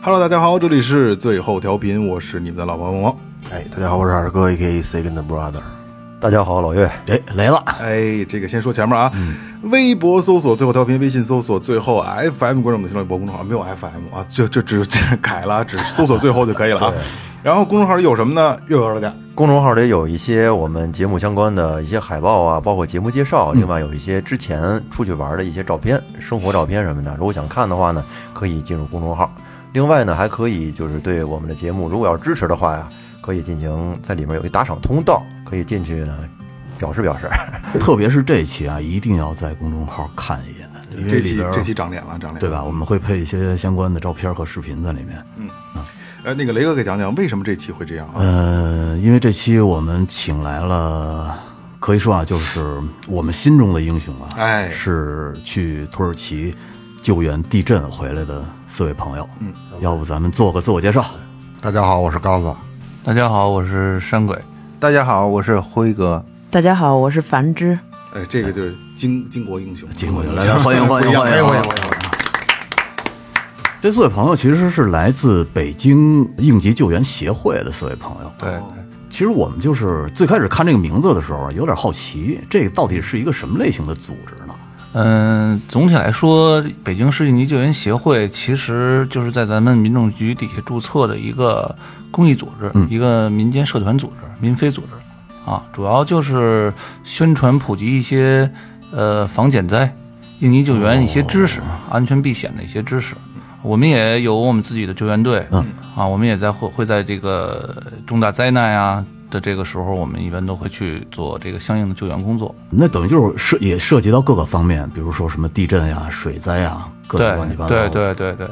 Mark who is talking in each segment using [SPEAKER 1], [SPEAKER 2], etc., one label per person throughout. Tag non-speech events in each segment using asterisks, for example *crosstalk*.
[SPEAKER 1] Hello，大家好，这里是最后调频，我是你们的老朋友萌萌。
[SPEAKER 2] 哎，大家好，我是二哥 A.K.A. Second Brother。
[SPEAKER 3] 大家好，老岳，
[SPEAKER 4] 哎，来了，
[SPEAKER 1] 哎，这个先说前面啊，
[SPEAKER 4] 嗯
[SPEAKER 1] 微博搜索最后调频，微信搜索最后啊 FM，关注我们的新浪微博公众号，没有 FM 啊，就就只只改了，只搜索最后就可以了啊。然后公众号里有什么呢？又有了点，
[SPEAKER 3] 公众号里有一些我们节目相关的一些海报啊，包括节目介绍，
[SPEAKER 5] 嗯
[SPEAKER 3] 另外有一些之前出去玩的一些照片、生活照片什么的。如果想看的话呢，可以进入公众号。另外呢，还可以就是对我们的节目，如果要支持的话呀，可以进行在里面有一打赏通道，可以进去呢表示表示。
[SPEAKER 4] 特别是这期啊，一定要在公众号看一眼，因为
[SPEAKER 1] 这
[SPEAKER 4] 里
[SPEAKER 1] 期
[SPEAKER 4] 边儿
[SPEAKER 1] 这期长脸了，长脸
[SPEAKER 4] 对吧？？我们会配一些相关的照片和视频在里面。
[SPEAKER 1] 呃，那个雷哥给讲讲为什么这期会这样啊？
[SPEAKER 4] 呃，因为这期我们请来了，可以说啊，就是我们心中的英雄啊，
[SPEAKER 1] 哎
[SPEAKER 4] 是去土耳其救援地震回来的四位朋友。嗯，要不咱们做个自我介绍？
[SPEAKER 2] 大家好，我是刚子。
[SPEAKER 6] 大家好，我是山鬼。
[SPEAKER 5] *laughs* 大家好，我是辉哥。
[SPEAKER 7] 大家好，我是樊芝。
[SPEAKER 1] 哎，这个就是巾巾帼英雄，
[SPEAKER 4] 经
[SPEAKER 1] *laughs*
[SPEAKER 4] 过来来，欢迎欢迎欢迎欢迎！这四位朋友其实是来自北京应急救援协会的四位朋友。哦
[SPEAKER 5] 对，
[SPEAKER 4] 其实我们就是最开始看这个名字的时候，啊有点好奇，这个到底是一个什么类型的组织呢？
[SPEAKER 5] 嗯、
[SPEAKER 6] 总体来说，北京市应急救援协会其实就是在咱们民政局底下注册的一个公益组织，
[SPEAKER 4] 嗯
[SPEAKER 6] 一个民间社团组织、民非组织啊，主要就是宣传普及一些呃防减灾、应急救援一些知识、
[SPEAKER 4] 哦
[SPEAKER 6] 安全避险的一些知识。我们也有我们自己的救援队，嗯啊，我们也在会会在这个重大灾难啊的这个时候，我们一般都会去做这个相应的救援工作。
[SPEAKER 4] 那等于就是涉也涉及到各个方面，比如说什么地震呀、水灾呀，各
[SPEAKER 6] 对
[SPEAKER 4] 种乱七八糟。
[SPEAKER 6] 对。对对对对。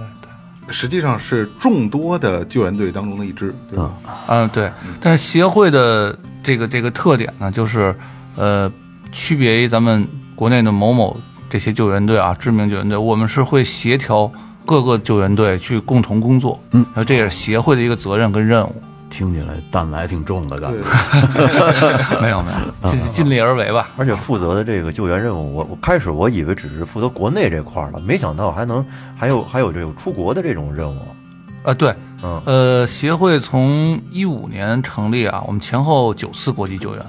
[SPEAKER 1] 实际上是众多的救援队当中的一支，对吧？
[SPEAKER 6] 嗯，对。但是协会的这个这个特点呢，就是呃，区别于咱们国内的某某这些救援队啊，知名救援队，我们是会协调各个救援队去共同工作，嗯，然后这也是协会的一个责任跟任务。
[SPEAKER 4] 听起来担子还挺重的，感觉。
[SPEAKER 6] 没有没有，尽尽力而为吧。
[SPEAKER 3] 而且负责的这个救援任务，我我开始我以为只是负责国内这块儿了，没想到还能还有还有这种出国的这种任务。
[SPEAKER 6] 啊，对，
[SPEAKER 3] 嗯
[SPEAKER 6] 呃，协会从一五年成立啊，我们前后九次国际救援，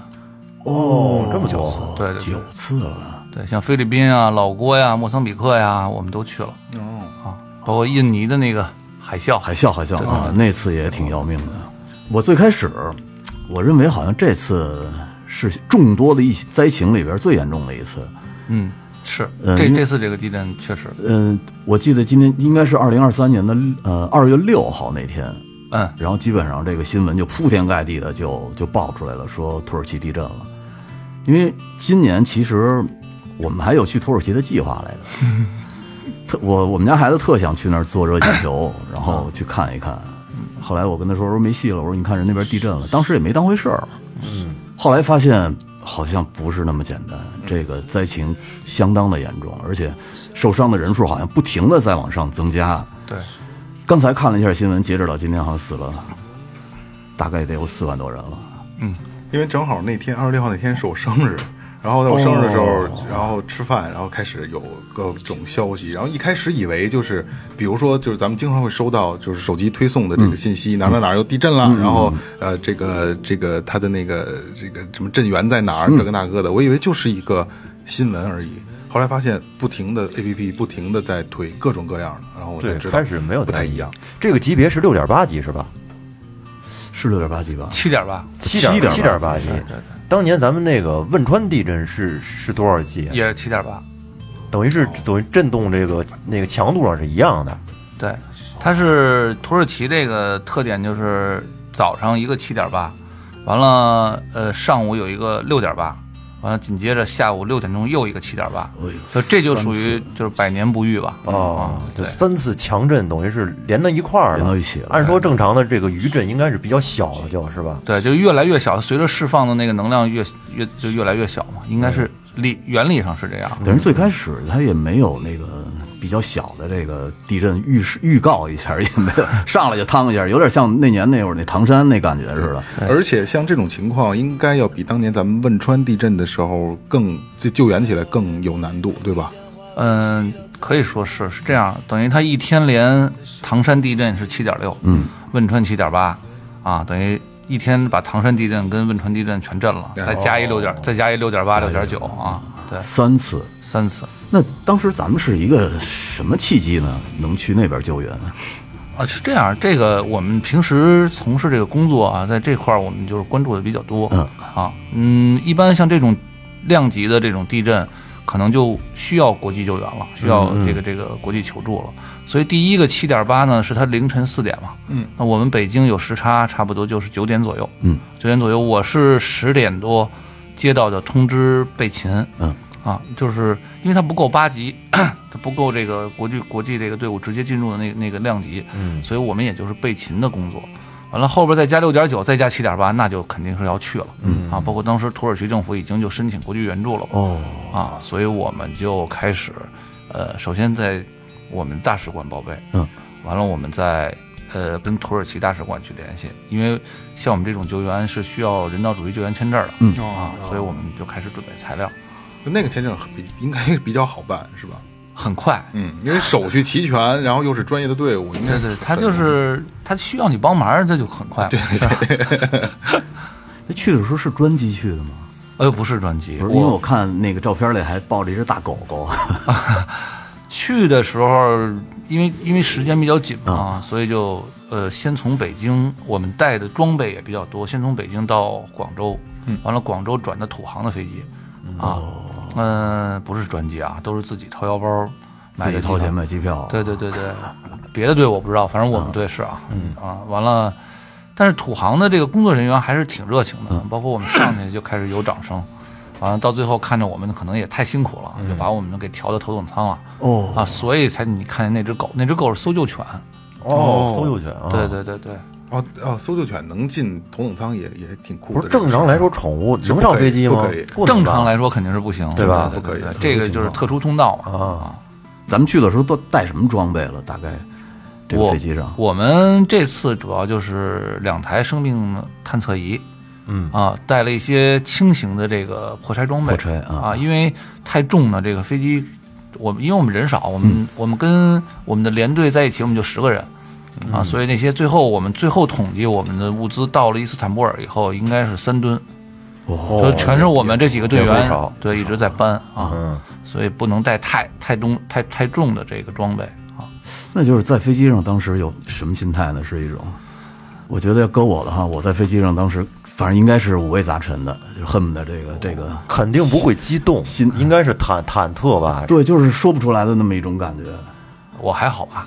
[SPEAKER 4] 哦，这么久，
[SPEAKER 6] 对对对
[SPEAKER 4] 九次了。
[SPEAKER 6] 对，像菲律宾啊、老挝呀、莫桑比克呀，我们都去了
[SPEAKER 4] 嗯
[SPEAKER 1] 哦，
[SPEAKER 6] 啊，包括印尼的那个海啸，
[SPEAKER 4] 海啸，海啸啊，那次也挺要命的。我最开始，我认为好像这次是众多的一起灾情里边最严重的一次。
[SPEAKER 6] 嗯，是
[SPEAKER 4] 嗯
[SPEAKER 6] 这
[SPEAKER 4] 因为
[SPEAKER 6] 这次这个地震确实，
[SPEAKER 4] 嗯，我记得今天应该是二零二三年的呃二月六号那天，
[SPEAKER 6] 嗯，
[SPEAKER 4] 然后基本上这个新闻就铺天盖地的就就爆出来了，说土耳其地震了。因为今年其实我们还有去土耳其的计划来着，特我我们家孩子特想去那儿坐热气球，然后去看一看。后来我跟他说，我说没戏了，我说你看人那边地震了，当时也没当回事儿。后来发现好像不是那么简单，这个灾情相当的严重，而且受伤的人数好像不停的在往上增加。
[SPEAKER 6] 对，
[SPEAKER 4] 刚才看了一下新闻，截止到今天好像死了，大概得有四万多人了。
[SPEAKER 1] 因为正好那天二十六号那天是我生日，然后在我生日的时候，然后吃饭，然后开始有各种消息，然后一开始以为就是，比如说就是咱们经常会收到就是手机推送的这个信息，哪哪哪儿又地震了，然后呃这个这个它的那个这个什么震源在哪儿，这个那个的，我以为就是一个新闻而已。后来发现，不停的 A P P 不停的在推各种各样的，然后我才
[SPEAKER 3] 对，
[SPEAKER 1] 知道
[SPEAKER 3] 开始没有
[SPEAKER 1] 不太
[SPEAKER 3] 在
[SPEAKER 1] 一样。
[SPEAKER 3] 这个级别是六点八级是吧？
[SPEAKER 4] 是六点八级吧？
[SPEAKER 6] 七点吧，
[SPEAKER 3] 七点
[SPEAKER 4] 七
[SPEAKER 3] 七
[SPEAKER 4] 点
[SPEAKER 3] 点
[SPEAKER 4] 八
[SPEAKER 3] 八级。哎当年咱们那个汶川地震是是多少级啊？
[SPEAKER 6] 也是七点八，
[SPEAKER 3] 等于是等于震动这个那个强度上是一样的。
[SPEAKER 6] 对，它是土耳其这个特点就是早上一个七点八，完了呃上午有一个六点八，完完了紧接着下午六点钟又一个七点八
[SPEAKER 4] 哎呦，
[SPEAKER 6] 就这就属于就是百年不遇吧。嗯
[SPEAKER 3] 哦，
[SPEAKER 6] 对
[SPEAKER 3] 就三次强震，等于是连到一块儿了，哎
[SPEAKER 4] 连到一起了
[SPEAKER 3] 按说正常的这个余震应该是比较小的，就是吧？
[SPEAKER 6] 对，就越来越小，随着释放的那个能量越越就越来越小嘛，应该是理原理上是这样。
[SPEAKER 4] 等于最开始它也没有那个比较小的这个地震预示预告一下，也没有上来就趟一下，有点像那年那会儿那唐山那感觉似的。
[SPEAKER 1] 而且像这种情况，应该要比当年咱们汶川地震的时候更这救援起来更有难度，对吧？
[SPEAKER 6] 嗯，可以说是是这样，等于它一天连唐山地震是七点六，嗯，汶川七点八，啊，等于一天把唐山地震跟汶川地震全震了，再加一六点，再加一六点八、六点九啊，对，
[SPEAKER 4] 三次，
[SPEAKER 6] 三次
[SPEAKER 4] 那当时咱们是一个什么契机呢？能去那边救援？
[SPEAKER 6] 啊，是这样，这个我们平时从事这个工作啊，在这块儿我们就是关注的比较多，
[SPEAKER 4] 嗯
[SPEAKER 6] 啊，嗯，一般像这种量级的这种地震，可能就需要国际救援了，需要
[SPEAKER 4] 嗯
[SPEAKER 6] 这个这个国际求助了。所以第一个七点八呢，是它凌晨四点嘛，嗯，那我们北京有时差，差不多就是九点左右，
[SPEAKER 4] 嗯，
[SPEAKER 6] 九点左右，我是十点多接到的通知被擒，
[SPEAKER 4] 嗯，
[SPEAKER 6] 啊，就是因为它不够八级， *coughs* 它不够这个国际国际这个队伍直接进入的那那个量级，嗯，所以我们也就是备勤的工作。完了，后边再加六点九，再加七点八，那就肯定是要去了。嗯啊，包括当时土耳其政府已经就申请国际援助了嘛。
[SPEAKER 4] 哦，
[SPEAKER 6] 啊，所以我们就开始，呃，首先在我们大使馆报备，
[SPEAKER 4] 嗯，
[SPEAKER 6] 完了我们再呃跟土耳其大使馆去联系，因为像我们这种救援是需要人道主义救援签证的，嗯啊，所以我们就开始准备材料，
[SPEAKER 1] 就那个签证很比应该比较好办，是吧？
[SPEAKER 6] 很快。
[SPEAKER 1] 嗯，因为手续齐全，然后又是专业的队伍，应该
[SPEAKER 6] 对对，他就是他需要你帮忙，这就很快。对，
[SPEAKER 4] 那去的时候是专机去的吗？
[SPEAKER 6] 哎呦，不是专辑，
[SPEAKER 4] 不是，因为我看那个照片里还抱着一只大狗狗。
[SPEAKER 6] 去的时候，因为因为时间比较紧
[SPEAKER 4] 啊
[SPEAKER 6] 嘛，所以就呃，先从北京，我们带的装备也比较多，先从北京到广州，
[SPEAKER 4] 嗯
[SPEAKER 6] 完了广州转的土航的飞机，啊，
[SPEAKER 4] 哦
[SPEAKER 6] 嗯、不是专机啊，都是自己掏腰包
[SPEAKER 4] 哦自
[SPEAKER 6] 买
[SPEAKER 4] 己
[SPEAKER 6] 的
[SPEAKER 4] 掏
[SPEAKER 6] 机
[SPEAKER 4] 钱
[SPEAKER 6] 票
[SPEAKER 4] 买机票，
[SPEAKER 6] 对对对对，别的队我不知道，反正我们队是啊，
[SPEAKER 4] 嗯
[SPEAKER 6] 啊，完了，但是土航的这个工作人员还是挺热情的，
[SPEAKER 4] 嗯
[SPEAKER 6] 包括我们上去就开始有掌声，完了到最后看着我们可能也太辛苦了，
[SPEAKER 4] 嗯
[SPEAKER 6] 就把我们给调到头等舱了，
[SPEAKER 4] 哦
[SPEAKER 6] 啊，所以才你看见那只狗，那只狗是搜救犬，
[SPEAKER 3] 哦，搜救犬啊，
[SPEAKER 6] 对对对对，
[SPEAKER 1] 哦哦，搜救犬能进头等舱也也挺酷的。
[SPEAKER 3] 不是
[SPEAKER 1] 这个
[SPEAKER 3] 正常
[SPEAKER 1] 事儿
[SPEAKER 3] 来说，宠物
[SPEAKER 1] 不
[SPEAKER 3] 能上
[SPEAKER 1] 可以
[SPEAKER 3] 飞机
[SPEAKER 1] 不
[SPEAKER 3] 吗
[SPEAKER 1] 可以？
[SPEAKER 3] 不能
[SPEAKER 6] 正
[SPEAKER 3] 吧
[SPEAKER 6] 常来说肯定是不行，
[SPEAKER 3] 对吧
[SPEAKER 6] 对对对
[SPEAKER 1] 不可以
[SPEAKER 6] 这个就是特殊通道嘛，
[SPEAKER 3] 啊，
[SPEAKER 4] 咱们去的时候都带什么装备了？大概这个
[SPEAKER 6] 我
[SPEAKER 4] 飞机上，
[SPEAKER 6] 我们这次主要就是两台生命探测仪，嗯啊，带了一些轻型的这个破拆装备，
[SPEAKER 4] 破拆啊
[SPEAKER 6] 啊，因为太重了，这个飞机我们因为我们人少，我们、我们跟我们的连队在一起，我们就十个人。啊，所以那些最后我们最后统计我们的物资到了伊斯坦布尔以后，应该是三吨，就全是我们这几个队
[SPEAKER 3] 哦也
[SPEAKER 6] 员
[SPEAKER 3] 不少
[SPEAKER 6] 对一直在搬
[SPEAKER 3] 嗯
[SPEAKER 6] 啊，所以不能带太太重太太重的这个装备啊。
[SPEAKER 4] 那就是在飞机上当时有什么心态呢？是一种，我觉得要搁我的话，我在飞机上当时反正应该是五味杂陈的，就恨不得这个这个，
[SPEAKER 3] 肯定不会激动，
[SPEAKER 4] 心
[SPEAKER 3] 应该是忐忐忑吧？
[SPEAKER 4] 对，就是说不出来的那么一种感觉。
[SPEAKER 6] 我还好
[SPEAKER 3] *laughs*
[SPEAKER 6] 吧。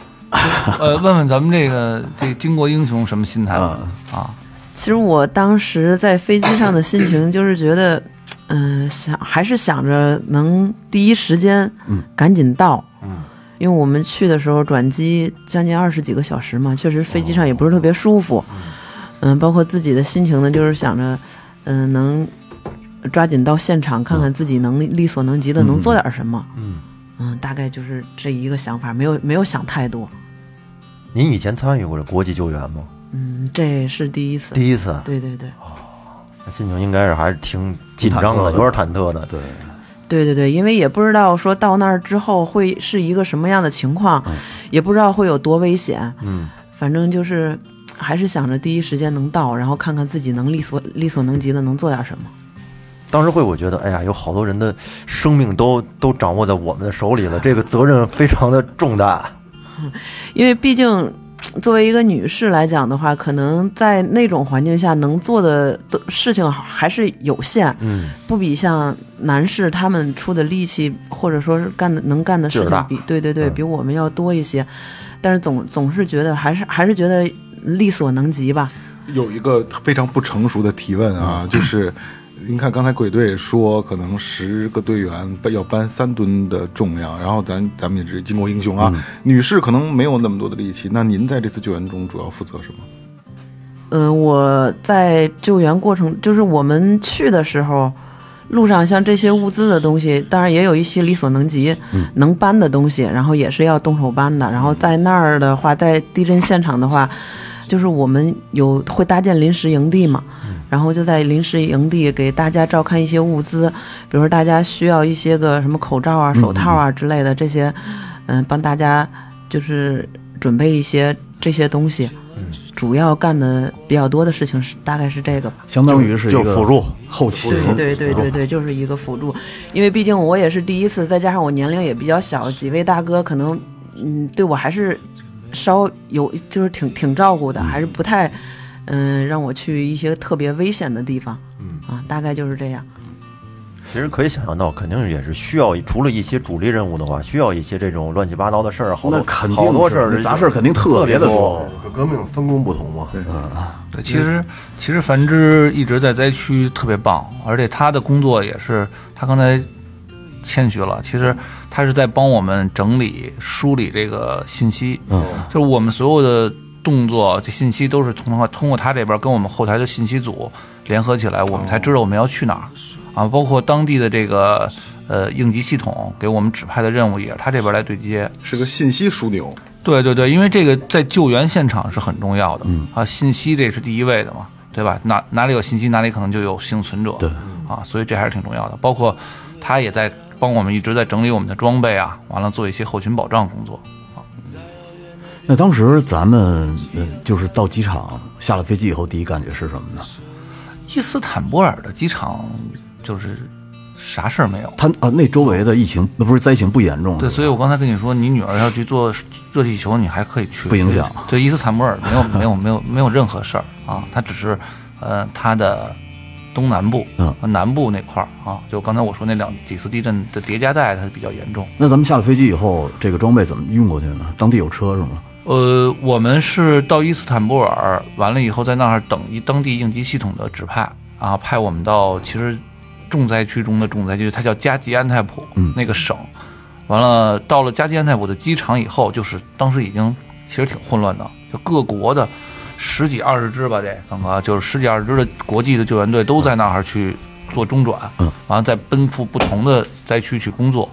[SPEAKER 6] 呃，问问咱们这个这巾帼英雄什么心态吧？
[SPEAKER 3] 嗯
[SPEAKER 4] 嗯
[SPEAKER 6] 啊，
[SPEAKER 7] 其实我当时在飞机上的心 *coughs* 情就是觉得，嗯、想还是想着能第一时间赶紧到，嗯，因为我们去的时候转机将近二十几个小时嘛，确实飞机上也不是特别舒服，哦嗯、包括自己的心情呢，就是想着，嗯、能抓紧到现场看看自己能力力所能及的能做点什么，嗯大概就是这一个想法，没有没有想太多，
[SPEAKER 3] 您以前参与过这国际救援吗？
[SPEAKER 7] 嗯，这是第一次，
[SPEAKER 3] 第一次，啊
[SPEAKER 7] 对对对。
[SPEAKER 3] 心情应该是还是挺紧张
[SPEAKER 4] 忐忑
[SPEAKER 3] 的，
[SPEAKER 4] 的
[SPEAKER 3] 有点忐忑的。
[SPEAKER 4] 对，
[SPEAKER 7] 对对对，因为也不知道说到那儿之后会是一个什么样的情况，也不知道会有多危险。嗯，反正就是还是想着第一时间能到，然后看看自己能力所力所能及的能做点什么。
[SPEAKER 3] 当时会我觉得，哎呀，有好多人的生命都都掌握在我们的手里了，这个责任非常的重大。
[SPEAKER 7] 因为毕竟作为一个女士来讲的话，可能在那种环境下能做的都事情还是有限，
[SPEAKER 3] 嗯，
[SPEAKER 7] 不比像男士他们出的力气或者说是干的能干的事
[SPEAKER 3] 劲儿大
[SPEAKER 7] 情比，对对对，
[SPEAKER 3] 嗯
[SPEAKER 7] 比我们要多一些。但是总总是觉得还是还是觉得力所能及吧。
[SPEAKER 1] 有一个非常不成熟的提问啊，就是您看刚才鬼队说，可能十个队员要搬三吨的重量，然后咱咱们也是巾帼英雄啊，女士可能没有那么多的力气。那您在这次救援中主要负责什么？
[SPEAKER 7] 嗯，我在救援过程，就是我们去的时候，路上像这些物资的东西，当然也有一些力所能及、能搬的东西，然后也是要动手搬的。然后在那儿的话，在地震现场的话，就是我们有会搭建临时营地嘛，然后就在临时营地给大家照看一些物资，比如说大家需要一些个什么口罩啊、手套啊之类的这些，嗯，帮大家就是准备一些这些东西。主要干的比较多的事情是大概是这个吧。
[SPEAKER 4] 相当于是一
[SPEAKER 2] 就
[SPEAKER 4] 个
[SPEAKER 2] 辅助
[SPEAKER 4] 后期
[SPEAKER 7] 对对对对对，就是一个辅助，因为毕竟我也是第一次，再加上我年龄也比较小，几位大哥可能嗯对我还是稍有就是挺挺照顾的，还是不太嗯让我去一些特别危险的地方。嗯啊，大概就是这样。
[SPEAKER 3] 其实可以想象到，肯定也是需要除了一些主力任务的话，需要一些这种乱七八糟的事儿，好多
[SPEAKER 4] 那肯定
[SPEAKER 3] 好多
[SPEAKER 4] 是
[SPEAKER 3] 事儿，
[SPEAKER 4] 杂事儿肯定特别
[SPEAKER 3] 别
[SPEAKER 4] 的多
[SPEAKER 3] 多。
[SPEAKER 2] 革命分工不同嘛，
[SPEAKER 6] 对，其实其实樊芝一直在灾区特别棒，而且他的工作也是他刚才谦虚了，其实他是在帮我们整理梳理这个信息，
[SPEAKER 4] 嗯，
[SPEAKER 6] 就是我们所有的动作，这信息都是通过通过他这边跟我们后台的信息组联合起来，我们才知道我们要去哪儿。啊，包括当地的这个呃应急系统给我们指派的任务也是他这边来对接，
[SPEAKER 1] 是个信息枢纽，
[SPEAKER 6] 对对对，因为这个在救援现场是很重要的，嗯啊，信息这是第一位的嘛，对吧？哪哪里有信息，哪里可能就有幸存者，对啊，所以这还是挺重要的。包括他也在帮我们一直在整理我们的装备啊，完了做一些后勤保障工作。
[SPEAKER 4] 那当时咱们呃，就是到机场下了飞机以后，第一感觉是什么呢？
[SPEAKER 6] 伊斯坦布尔的机场就是啥事儿没有，
[SPEAKER 4] 他啊，那周围的疫情呃那不是灾情不严重，
[SPEAKER 6] 对，所以我刚才跟你说，你女儿要去做热气球，你还可以去，
[SPEAKER 4] 不影响
[SPEAKER 6] 对，伊斯坦布尔没有没有没有没有任何事儿啊，它只是呃它的东南部，
[SPEAKER 4] 嗯
[SPEAKER 6] 南部那块儿啊，就刚才我说那两几次地震的叠加带，它比较严重。
[SPEAKER 4] 那咱们下了飞机以后，这个装备怎么运过去呢？当地有车是吗？
[SPEAKER 6] 呃，我们是到伊斯坦布尔完了以后，在那儿等一当地应急系统的指派啊，派我们到其实重灾区中的重灾区，它叫加吉安泰普、那个省。完了，到了加吉安泰普的机场以后，就是当时已经其实挺混乱的，就各国的十几二十支吧，得刚刚就是十几二十支的国际的救援队都在那儿去做中转，完了再奔赴不同的灾区去工作。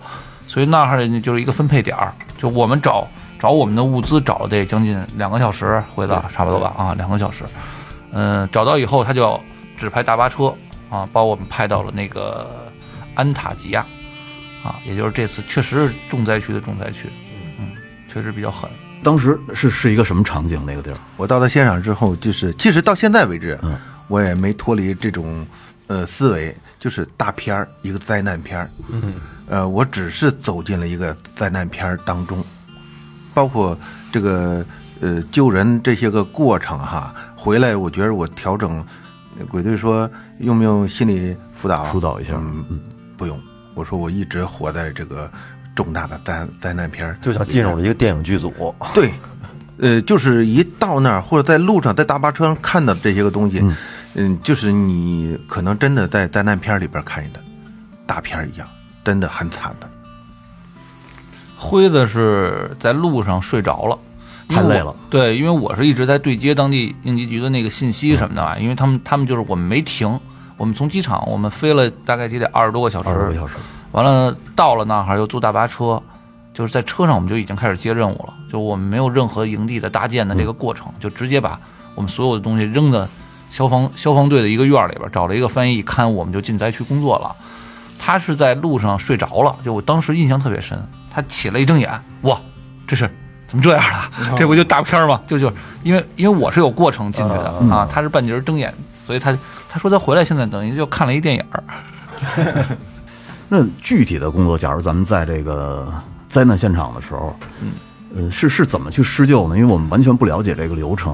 [SPEAKER 6] 所以那儿呢就是一个分配点儿，就我们找找我们的物资，找了得将近两个小时回到，差不多吧啊，两个小时。嗯，找到以后他就要指派大巴车啊，把我们派到了那个安塔吉亚啊，也就是这次确实是重灾区的重灾区，嗯，确实比较狠。
[SPEAKER 4] 当时是是一个什么场景？那个地儿
[SPEAKER 5] 我到了现场之后，就是其实到现在为止，我也没脱离这种呃思维，就是大片儿一个灾难片儿，嗯，呃，我只是走进了一个灾难片儿当中，包括这个呃救人这些个过程哈，回来我觉得我调整，呃鬼队说用不用心理辅导？
[SPEAKER 4] 疏导一下
[SPEAKER 5] 嗯，不用，我说我一直活在这个重大的灾灾难片儿，
[SPEAKER 3] 就像进入了一个电影剧组，
[SPEAKER 5] 对，呃，就是一到那儿或者在路上，在大巴车上看到这些个东西，嗯就是你可能真的在灾难片里边看见的，大片儿一样，真的很惨的。
[SPEAKER 6] 辉子是在路上睡着了，
[SPEAKER 4] 太累了。
[SPEAKER 6] 对，因为我是一直在对接当地应急局的那个信息
[SPEAKER 4] 嗯
[SPEAKER 6] 什么的嘛，啊因为他们他们就是我们没停，我们从机场我们飞了大概也得二十多个小时，
[SPEAKER 4] 二十多个小时，
[SPEAKER 6] 完了到了那儿又坐大巴车，就是在车上我们就已经开始接任务了，就我们没有任何营地的搭建的这个过程，就直接把我们所有的东西扔到消防消防队的一个院儿里边儿，找了一个翻译一看，我们就进灾区工作了。他是在路上睡着了，就我当时印象特别深。他起来一睁眼，哇，这是怎么这样了？这不就大片儿吗？就就是因为因为我是有过程进去的啊，他是半截儿睁眼，所以他他说他回来现在等于就看了一电影儿。
[SPEAKER 4] 那具体的工作，假如咱们在这个灾难现场的时候，嗯，呃，是是怎么去施救呢？因为我们完全不了解这个流程。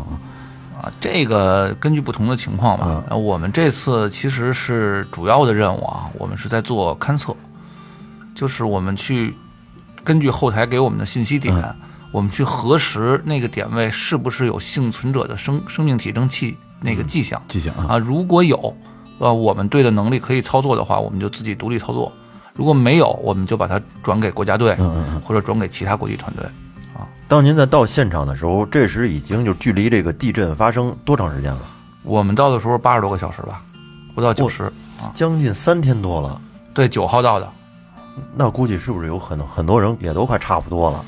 [SPEAKER 6] 啊，这个根据不同的情况吧。呃我们这次其实是主要的任务啊，我们是在做勘测，就是我们去根据后台给我们的信息点，我们去核实那个点位是不是有幸存者的生生命体征器那个迹象。
[SPEAKER 4] 迹象啊
[SPEAKER 6] 啊，如果有，呃，我们队的能力可以操作的话，我们就自己独立操作；如果没有，我们就把它转给国家队，或者转给其他国际团队。
[SPEAKER 3] 当您在到现场的时候，这时已经就距离这个地震发生多长时间了？
[SPEAKER 6] 我们到的时候八十多个小时吧，不到九十。
[SPEAKER 3] 将近三天多了，
[SPEAKER 6] 对，九号到的。
[SPEAKER 3] 那估计是不是有很很多人也都快差不多了？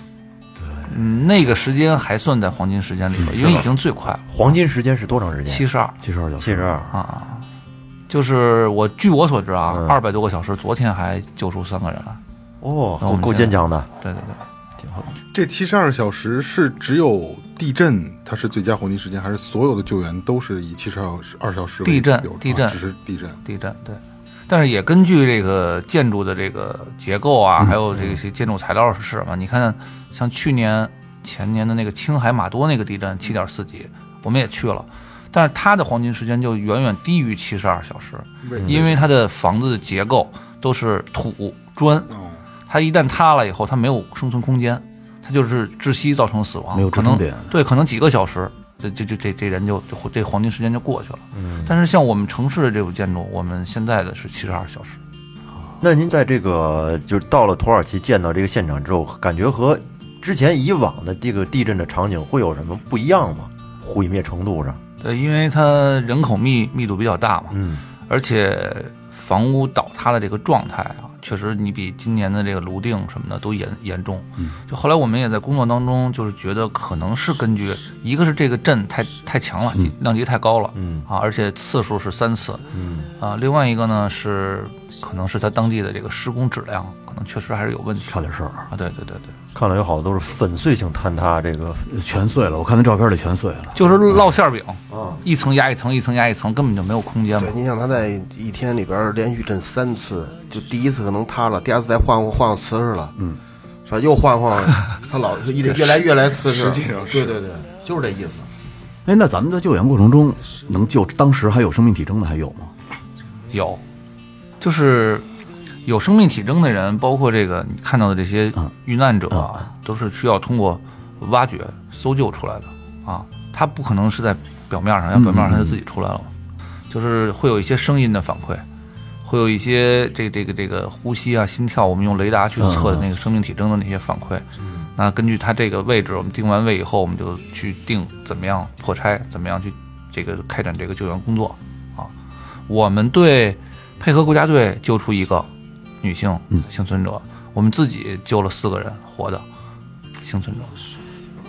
[SPEAKER 6] 嗯，那个时间还算在黄金时间里边，因为已经最快了，
[SPEAKER 3] 黄金时间是多长时间？
[SPEAKER 6] 七十二。啊
[SPEAKER 4] 七十二小时，
[SPEAKER 3] 七十二。
[SPEAKER 6] 就是我据我所知啊，二百多个小时，昨天还救出三个人了。
[SPEAKER 3] 哦，
[SPEAKER 6] 那我
[SPEAKER 3] 够
[SPEAKER 6] 们
[SPEAKER 3] 够
[SPEAKER 6] 现在
[SPEAKER 3] 坚强的。
[SPEAKER 6] 对对对。
[SPEAKER 1] 这七十二小时是只有地震它是最佳黄金时间，还是所有的救援都是以七十二二小时为
[SPEAKER 6] 地震
[SPEAKER 1] 标准
[SPEAKER 6] 地震
[SPEAKER 1] 啊只是地震。
[SPEAKER 6] 地震，对。但是也根据这个建筑的这个结构啊，还有这些建筑材料是什么，你看，像去年、前年的那个青海玛多那个地震，七点四级，我们也去了，但是它的黄金时间就远远低于七十二小时，
[SPEAKER 1] 嗯
[SPEAKER 6] 因为它的房子的结构都是土砖，
[SPEAKER 1] 哦，
[SPEAKER 6] 它一旦塌了以后，它没有生存空间，它就是窒息造成死亡，
[SPEAKER 4] 没有支
[SPEAKER 6] 可
[SPEAKER 4] 撑
[SPEAKER 6] 能
[SPEAKER 4] 点
[SPEAKER 6] 对，可能几个小时，这这这这这人就就这黄金时间就过去了。嗯，但是像我们城市的这种建筑，我们现在的是七十二小时，
[SPEAKER 3] 那您在这个就是到了土耳其见到这个现场之后，感觉和之前以往的这个地震的场景会有什么不一样吗？毁灭程度上，
[SPEAKER 6] 呃，因为它人口密密度比较大嘛，
[SPEAKER 3] 嗯，
[SPEAKER 6] 而且房屋倒塌的这个状态啊，确实你比今年的这个泸定什么的都严严重。就后来我们也在工作当中，就是觉得可能是根据一个是这个震太太强了，级量级太高了，
[SPEAKER 3] 嗯
[SPEAKER 6] 啊，而且次数是三次，
[SPEAKER 3] 嗯
[SPEAKER 6] 啊，另外一个呢是可能是它当地的这个施工质量可能确实还是有问题，
[SPEAKER 4] 差点事儿，
[SPEAKER 6] 啊，对对对对。
[SPEAKER 3] 看来有好多都是粉碎性坍塌，这个
[SPEAKER 4] 全碎了。我看那照片里全碎了。
[SPEAKER 6] 就是烙馅儿饼，一层压一层，一层压一层，根本就没有空间嘛
[SPEAKER 2] 对，。你想他在一天里边儿连续震三次，就第一次可能塌了，第二次再换换换换姿势了，嗯，是吧？又换换，他老一直越来越来姿势，
[SPEAKER 1] 实际上是
[SPEAKER 2] 对对对，就是这意思。
[SPEAKER 4] 哎，那咱们在救援过程中，能救当时还有生命体征的还有吗？
[SPEAKER 6] 有，就是有生命体征的人，包括这个你看到的这些遇难者啊，都是需要通过挖掘、搜救出来的啊。他不可能是在表面上，要表面上他就自己出来了嘛。就是会有一些声音的反馈，会有一些这这个这个呼吸啊、心跳，我们用雷达去测的那个生命体征的那些反馈。那根据它这个位置，我们定完位以后，我们就去定怎么样破拆，怎么样去这个开展这个救援工作啊。我们队配合国家队救出一个女性幸存者，我们自己救了四个人活的幸存者。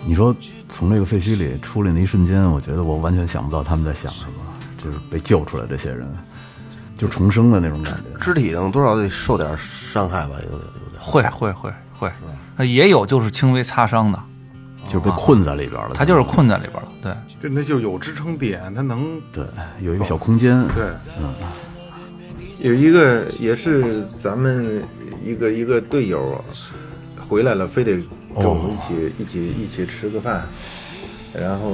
[SPEAKER 4] 你说从这个废墟里出来那一瞬间，我觉得我完全想不到他们在想什么，就是被救出来这些人，就重生的那种感觉。
[SPEAKER 2] 肢体上多少得受点伤害吧，有点有点。
[SPEAKER 6] 会会会会，那也有就是轻微擦伤的，
[SPEAKER 4] 就是被困在里边了。
[SPEAKER 6] 他就是困在里边了。对，
[SPEAKER 1] 对，那就有支撑点，它能
[SPEAKER 4] 对，有一个小空间。
[SPEAKER 1] 对，
[SPEAKER 5] 有一个也是咱们一个一个队友啊回来了，非得跟我们一起、一起一起吃个饭，然后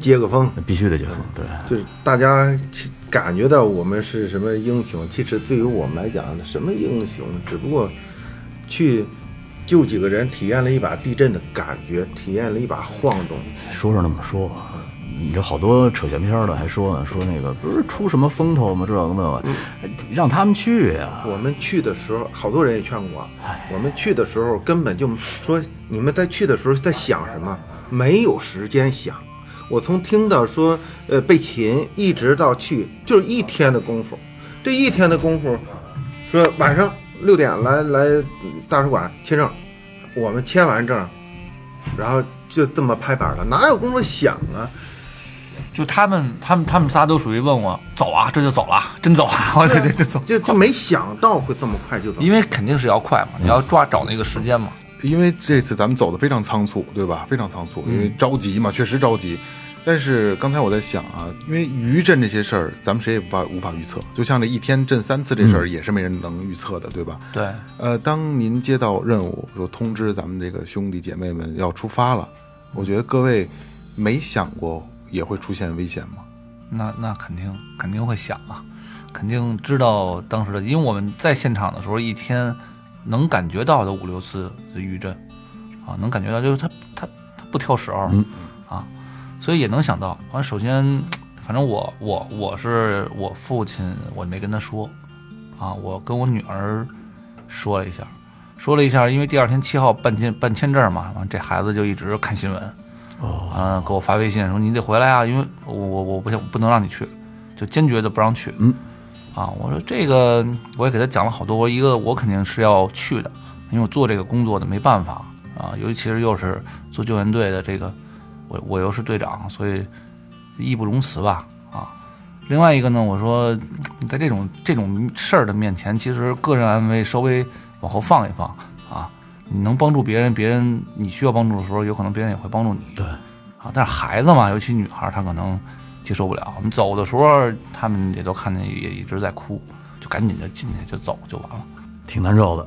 [SPEAKER 5] 接个风，
[SPEAKER 4] 必须得解放。对，
[SPEAKER 5] 就是大家其感觉到我们是什么英雄，其实对于我们来讲，什么英雄，只不过去救几个人，体验了一把地震的感觉，体验了一把晃动。
[SPEAKER 4] 说是那么说。你这好多扯闲篇儿的还说呢，说那个不是出什么风头吗？这个那个，让他们去呀、
[SPEAKER 5] 我们去的时候，好多人也劝过我，我们去的时候根本就说你们在去的时候在想什么，没有时间想。我从听到说呃被擒一直到去，就是一天的功夫，这一天的功夫，说晚上六点来来大使馆签证，我们签完证，然后就这么拍板了，哪有功夫想啊？
[SPEAKER 6] 就他们他们他们仨都属于问我走啊，这就走了，真走啊， *laughs* 我得这走，
[SPEAKER 5] 就就没想到会这么快就走。
[SPEAKER 6] 因为肯定是要快嘛，你要抓找那个时间嘛。
[SPEAKER 1] 因为这次咱们走的非常仓促，对吧？非常仓促，因为着急嘛，确实着急。但是刚才我在想啊，因为余震这些事儿，咱们谁也无法无法预测。就像这一天震三次这事儿，也是没人能预测的，对吧？
[SPEAKER 6] 对，
[SPEAKER 1] 呃，当您接到任务，说通知咱们这个兄弟姐妹们要出发了，我觉得各位没想过也会出现危险吗？
[SPEAKER 6] 那那肯定肯定会想啊，肯定知道当时的，因为我们在现场的时候，一天能感觉到的五六次的余震啊，能感觉啊到就是他他他不挑时候、啊，所以也能想到。完、首先反正我我我是我父亲，我没跟他说，啊，我跟我女儿说了一下，说了一下，因为第二天七号办签办签证嘛，完这孩子就一直看新闻，哦，嗯，给我发微信说你得回来啊，因为我我我不想不能让你去，就坚决的不让去，嗯，啊，我说这个我也给他讲了好多，我说一个我肯定是要去的，因为我做这个工作的没办法啊，尤其是又是做救援队的这个，我我又是队长，所以义不容辞吧啊。另外一个呢，我说嗯在这种这种事儿的面前，其实个人安危稍微往后放一放啊，你能帮助别人，别人你需要帮助的时候，有可能别人也会帮助你。对啊，但是孩子嘛，尤其女孩儿，她可能接受不了。我们走的时候，他们也都看见也一直在哭，就赶紧就进去就走就完了。
[SPEAKER 4] 挺难受的。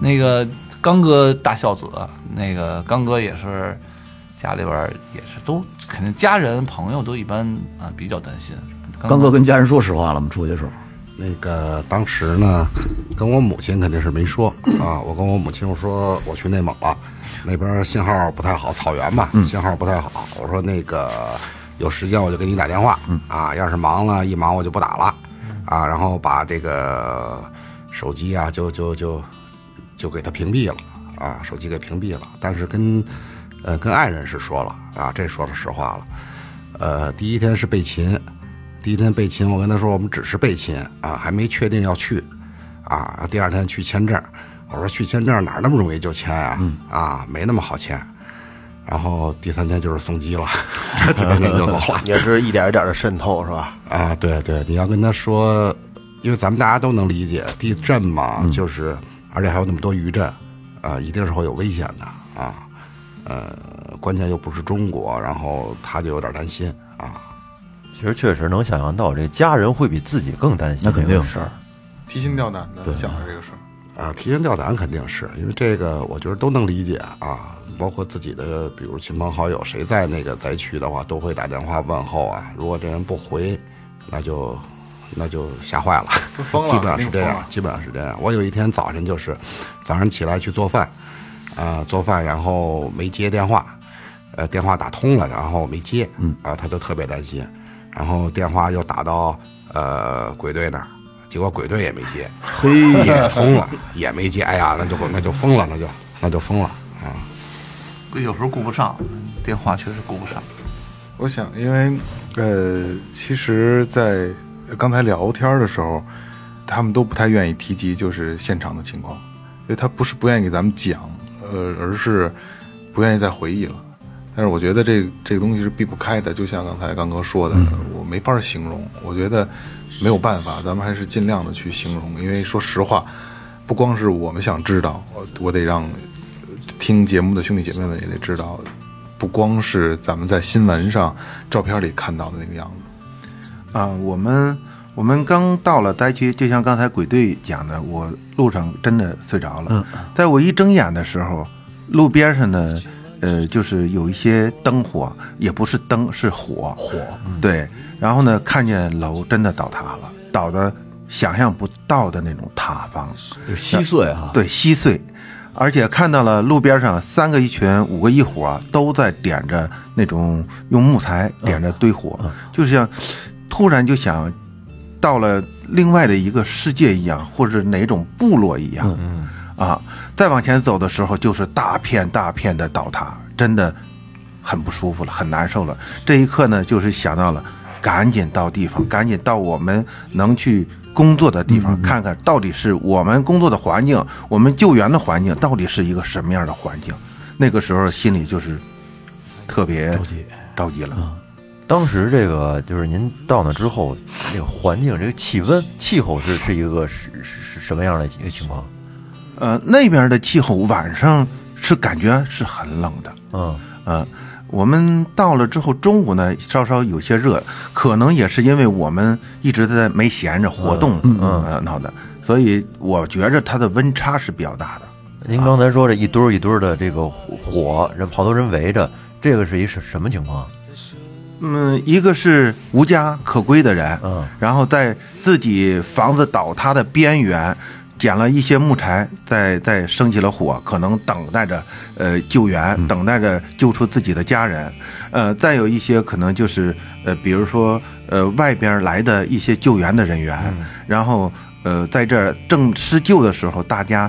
[SPEAKER 6] 那个刚哥大孝子，那个刚哥也是家里边儿也是都肯定家人朋友都一般啊、比较担心。
[SPEAKER 4] 刚哥跟家人说实话了吗？出去的时候，
[SPEAKER 8] 那个当时呢，跟我母亲肯定是没说啊，我跟我母亲我说我去内蒙了，那边信号不太好，草原嘛，信号不太好。我说那个有时间我就给你打电话啊，要是忙了，一忙我就不打了啊，然后把这个手机啊，就就就就给他屏蔽了啊，手机给屏蔽了，但是跟呃跟爱人是说了啊，这说了实话了。呃，第一天是被擒，第一天被擒，我跟他说我们只是被擒啊，还没确定要去啊。第二天去签证，我说去签证哪儿那么容易就签啊？啊，没那么好签。然后第三天就是送机了， *laughs* 第三天就走了。
[SPEAKER 2] 也是一点一点的渗透，是吧？
[SPEAKER 8] 啊，对对，你要跟他说，因为咱们大家都能理解，地震嘛，就是而且还有那么多余震，啊，一定是会有危险的啊，呃，关键又不是中国，然后他就有点担心啊。
[SPEAKER 3] 其实确实能想象到，这家人会比自己更担心
[SPEAKER 4] 那肯定
[SPEAKER 3] 这个事儿。
[SPEAKER 1] 提心吊胆的想着这个事儿。
[SPEAKER 8] 啊，提心吊胆肯定是因为这个，我觉得都能理解啊。包括自己的，比如亲朋好友，谁在那个灾区的话，都会打电话问候啊。如果这人不回，那就那就吓坏了，
[SPEAKER 1] 疯了
[SPEAKER 8] 基本上是这
[SPEAKER 1] 疯
[SPEAKER 8] 样
[SPEAKER 1] 了，
[SPEAKER 8] 基本上是这样。我有一天早晨就是早上起来去做饭，啊、做饭然后没接电话，呃，电话打通了，然后没接，嗯，啊、他就特别担心，然后电话又打到呃鬼队那儿，结果鬼队也没接。也通了，也没接。哎呀，那就那就疯了，那就那就疯了啊！
[SPEAKER 6] 有时候顾不上电话，确实顾不上。
[SPEAKER 1] 我想，因为呃，其实，在刚才聊天的时候，他们都不太愿意提及就是现场的情况，因为他不是不愿意给咱们讲，呃，而是不愿意再回忆了。但是我觉得这这个东西是避不开的，就像刚才刚哥说的，我没法形容。我觉得没有办法，咱们还是尽量的去形容，因为说实话，不光是我们想知道，我我得让听节目的兄弟姐妹们也得知道，不光是咱们在新闻上、照片里看到的那个样子，
[SPEAKER 5] 啊，我们我们刚到了灾区，就像刚才鬼队讲的，我路上真的睡着了。在我一睁眼的时候，路边上呢，呃，就是有一些灯火，也不是灯，是火。火。对，然后呢，看见楼真的倒塌了，倒的想象不到的那种塌方。
[SPEAKER 4] 就稀碎哈、
[SPEAKER 5] 对，稀碎，而且看到了路边上三个一群，五个一伙，都在点着那种用木材点着堆火，就是像突然就想到了另外的一个世界一样，或是哪种部落一样。嗯啊，再往前走的时候，就是大片大片的倒塌，真的很不舒服了，很难受了。这一刻呢，就是想到了，赶紧到地方，赶紧到我们能去工作的地方，看看到底是我们工作的环境，我们救援的环境到底是一个什么样的环境。那个时候心里就是特别着急，嗯着急了。
[SPEAKER 3] 当时这个就是您到那之后，那个环境、这个气温、气候是是一个是是是什么样的一个情况？
[SPEAKER 5] 呃，那边的气候晚上是感觉是很冷的，
[SPEAKER 3] 嗯，
[SPEAKER 5] 呃，我们到了之后，中午呢稍稍有些热，可能也是因为我们一直在没闲着活动，嗯呃闹的，所以我觉着它的温差是比较大的。
[SPEAKER 3] 您刚才说这一堆儿一堆儿的这个火火，人好多人围着，这个是一什什么情况？
[SPEAKER 5] 嗯，一个是无家可归的人，
[SPEAKER 3] 嗯，
[SPEAKER 5] 然后在自己房子倒塌的边缘捡了一些木柴，再再生起了火，可能等待着呃救援，等待着救出自己的家人。呃，再有一些可能就是呃，比如说呃外边来的一些救援的人员，然后呃在这儿正施救的时候，大家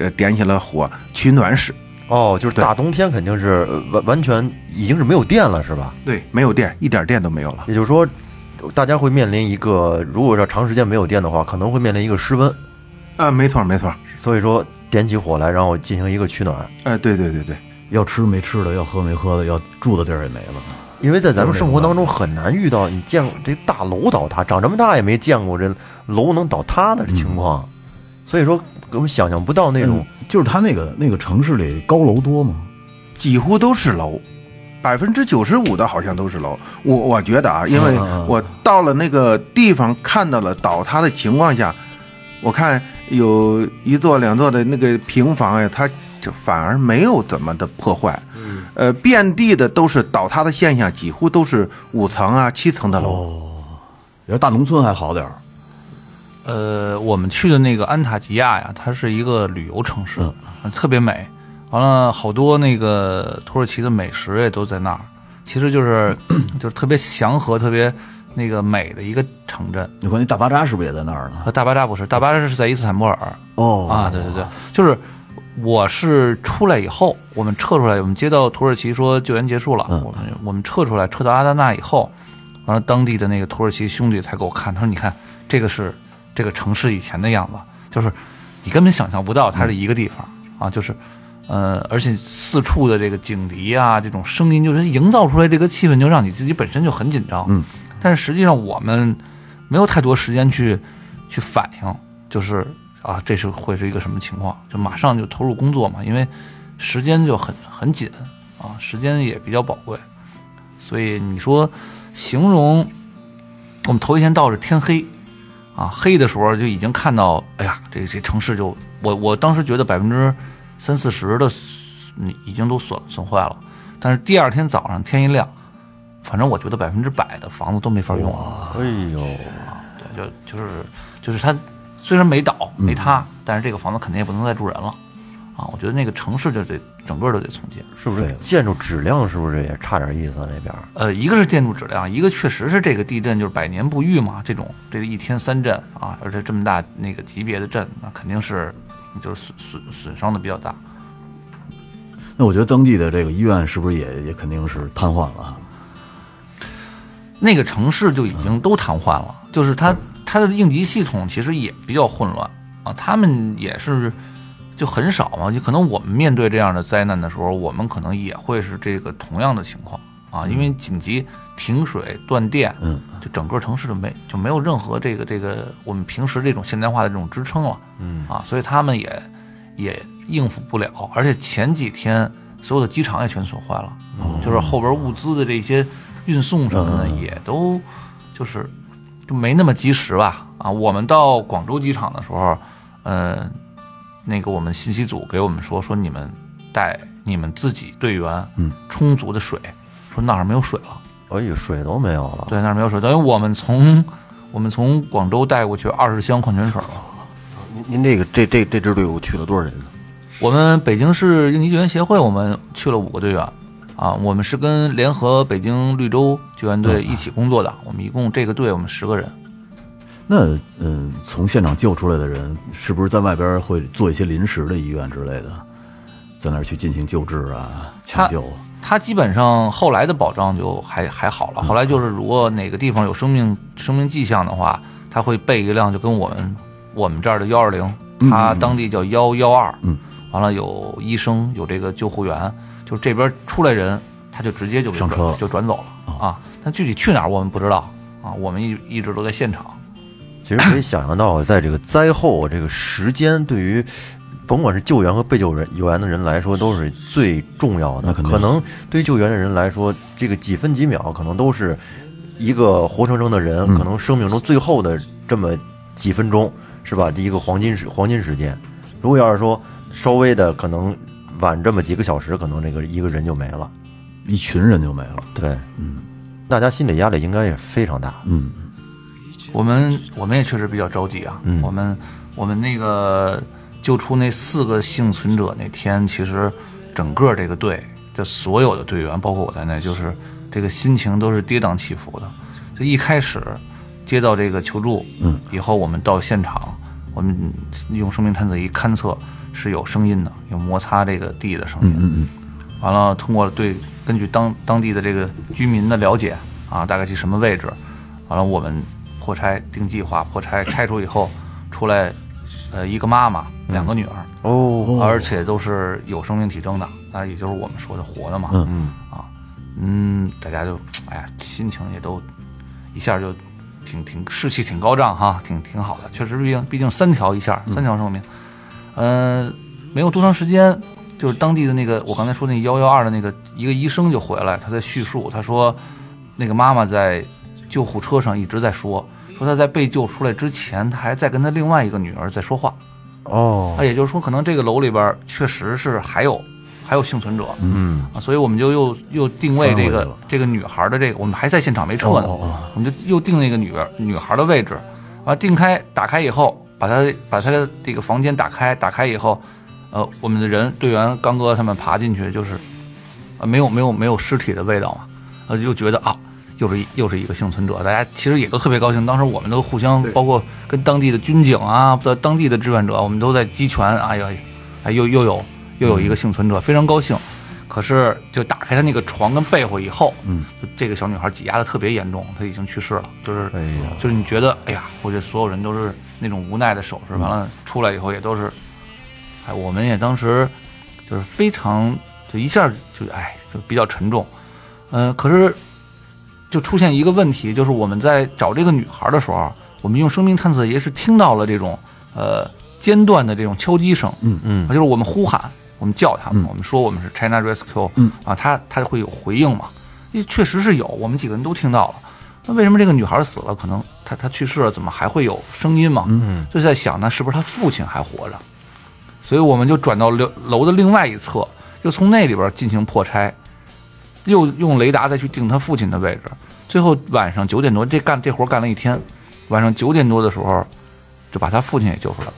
[SPEAKER 5] 呃点起了火取暖室。
[SPEAKER 3] 哦，就是大冬天肯定是呃完完全已经是没有电了，是吧？
[SPEAKER 5] 对，没有电，一点电都没有了。
[SPEAKER 3] 也就是说，大家会面临一个，如果要长时间没有电的话，可能会面临一个失温。
[SPEAKER 5] 啊、没错没错。
[SPEAKER 3] 所以说，点起火来，然后进行一个取暖。
[SPEAKER 5] 哎、对对对对，
[SPEAKER 4] 要吃没吃的，要喝没喝的，要住的地儿也没了。
[SPEAKER 3] 因为在咱们生活当中很难遇到你见过这大楼倒塌，长这么大也没见过这楼能倒塌的情况，所以说我们想象不到那种。
[SPEAKER 4] 嗯就是他那个那个城市里高楼多吗？
[SPEAKER 5] 几乎都是楼，百分之九十五的好像都是楼。我我觉得啊，因为我到了那个地方看到了倒塌的情况下，我看有一座两座的那个平房呀，它就反而没有怎么的破坏。呃，遍地的都是倒塌的现象，几乎都是五层啊、七层的楼。
[SPEAKER 4] 要是大农村还好点儿，
[SPEAKER 6] 呃，我们去的那个安塔吉亚呀，它是一个旅游城市，呃特别美。完了，好多那个土耳其的美食也都在那儿，其实就是就是特别祥和、特别那个美的一个城镇。
[SPEAKER 4] 你看那大巴扎是不是也在那儿呢？
[SPEAKER 6] 呃，大巴扎不是，大巴扎是在伊斯坦布尔。
[SPEAKER 4] 哦
[SPEAKER 6] 啊，对对对，就是我是出来以后，我们撤出来，我们接到土耳其说救援结束了，我们我们撤出来，撤到阿达纳以后，完了当地的那个土耳其兄弟才给我看，他说：“你看，这个是这个城市以前的样子，就是你根本想象不到它是一个地方、啊，就是。”呃，而且四处的这个警笛啊，这种声音，就是营造出来这个气氛，就让你自己本身就很紧张。嗯，但是实际上我们没有太多时间去去反应，就是啊，这是会是一个什么情况，就马上就投入工作嘛，因为时间就很很紧啊，时间也比较宝贵，所以你说形容我们头一天到是天黑啊，黑的时候就已经看到，哎呀，这这城市就我我当时觉得百分之三四十的嗯已经都损损坏了，但是第二天早上天一亮，反正我觉得百分之百的房子都没法用了。
[SPEAKER 3] 哎呦，
[SPEAKER 6] 对，就就是就是它虽然没倒没塌，但是这个房子肯定也不能再住人了啊！我觉得那个城市就得整个都得重建。
[SPEAKER 3] 是不是建筑质量是不是也差点意思啊？那边儿
[SPEAKER 6] 呃，一个是建筑质量，一个确实是这个地震就是百年不遇嘛，这种这个一天三震啊，而且这么大那个级别的震，那肯定是就是损损损伤的比较大。
[SPEAKER 4] 那我觉得当地的这个医院是不是也也肯定是瘫痪了啊？
[SPEAKER 6] 那个城市就已经都瘫痪了，就是它它的应急系统其实也比较混乱啊，他们也是就很少嘛，就可能我们面对这样的灾难的时候，我们可能也会是这个同样的情况啊，因为紧急停水断电，嗯，就整个城市就没就没有任何这个这个我们平时这种现代化的这种支撑了，嗯啊，所以他们也也应付不了，而且前几天所有的机场也全损坏了，就是后边物资的这些运送什么的也都就是就没那么及时吧啊，我们到广州机场的时候，呃，那个我们信息组给我们说说你们带你们自己队员充足的水，说那儿没有水了。
[SPEAKER 3] 哎呦，水都没有了。
[SPEAKER 6] 对，那儿没有水，等于我们从我们从广州带过去二十箱矿泉水了。
[SPEAKER 2] 您您这个这这这支队伍去了多少人呢？
[SPEAKER 6] 我们北京市应急救援协会，我们去了五个队员，啊，我们是跟联合北京绿洲救援队一起工作的，我们一共这个队我们十个人。
[SPEAKER 4] 那嗯，从现场救出来的人，是不是在外边会做一些临时的医院之类的，在那儿去进行救治啊、抢救啊？
[SPEAKER 6] 他基本上后来的保障就还还好
[SPEAKER 4] 嗯
[SPEAKER 6] 了，后来就是如果哪个地方有生命生命迹象的话，他会备一辆就跟我们我们这儿的幺二零，
[SPEAKER 4] 嗯
[SPEAKER 6] 他当地叫幺幺二，嗯，完了有医生有这个救护员，就这边出来人，他就直接就给
[SPEAKER 4] 上
[SPEAKER 6] 转
[SPEAKER 4] 车了
[SPEAKER 6] 就转走了啊，但具体去哪儿我们不知道啊，我们一一直都在现场。
[SPEAKER 3] 其实可以想象到，在这个灾后这个时间，对于甭管是救援和被救人救援的人来说，都是最重要的。
[SPEAKER 4] 那肯定
[SPEAKER 3] 可能对于救援的人来说，这个几分几秒，可能都是一个活生生的人，
[SPEAKER 4] 嗯
[SPEAKER 3] 可能生命中最后的这么几分钟，是吧？一个黄金时黄金时间。如果要是说稍微的可能晚这么几个小时，可能这个一个人就没了。
[SPEAKER 4] 一群人就没了。
[SPEAKER 3] 对，嗯，大家心理压力应该也非常大。
[SPEAKER 4] 嗯，
[SPEAKER 6] 我们我们也确实比较着急啊。我们我们那个救出那四个幸存者那天，其实整个这个队的所有的队员，包括我在内，就是这个心情都是跌宕起伏的。就一开始接到这个求助，嗯，以后我们到现场，我们用生命探测仪勘测是有声音的，有摩擦这个地的声音，嗯嗯。完了，通过对根据当当地的这个居民的了解啊，大概去什么位置，完了我们破拆定计划，破拆拆除以后出来，呃，一个妈妈，两个女儿，
[SPEAKER 3] 哦，
[SPEAKER 6] 而且都是有生命体征的，那也就是我们说的活的嘛。嗯嗯啊，嗯，大家就哎呀，心情也都一下就挺挺士气挺高涨哈，挺挺好的。确实，毕竟毕竟三条一下，三条生命，嗯、没有多长时间，就是当地的那个我刚才说那幺幺二的那个一个医生就回来，他在叙述，他说那个妈妈在救护车上一直在说。说她在被救出来之前，她还在跟她另外一个女儿在说话，啊
[SPEAKER 3] 哦，
[SPEAKER 6] 那也就是说，可能这个楼里边儿确实是还有还有幸存者，嗯啊，所以我们就又又定位这个这个女孩的这个，我们还在现场没撤呢，我们就又定那个女女孩的位置，完、定开打开以后，把她把她的这个房间打开，打开以后，呃，我们的人队员刚哥他们爬进去就是，呃，没有没有没有尸体的味道嘛，呃，就觉得啊。又是一又是一个幸存者，大家其实也都特别高兴。当时我们都互相，包括跟当地的军警啊，到当地的志愿者，我们都在击拳。哎呀，哎又又有又有一个幸存者，非常高兴。可是就打开她那个床跟被窝以后，嗯，就这个小女孩挤压的特别严重，她已经去世了。就是、
[SPEAKER 3] 哎呀
[SPEAKER 5] 嗯
[SPEAKER 6] 就是你觉得，哎呀，我觉得所有人都是那种无奈的手势，完了出来以后也都是哎，我们也当时就是非常就一下就哎就比较沉重，呃，可是就出现一个问题，就是我们在找这个女孩的时候，啊我们用生命探测仪是听到了这种呃间断的这种敲击声，嗯嗯，就是我们呼喊，我们叫他们，我们说我们是 China Rescue，嗯啊，他他会有回应嘛？也确实是有，我们几个人都听到了。那为什么这个女孩死了？可能她她去世了，怎么还会有声音嘛？嗯，就在想呢，是不是她父亲还活着？所以我们就转到楼楼的另外一侧，又从那里边进行破拆，又用雷达再去定他父亲的位置。最后晚上九点多，这干这活干了一天，晚上九点多的时候，就把他父亲也救出来了，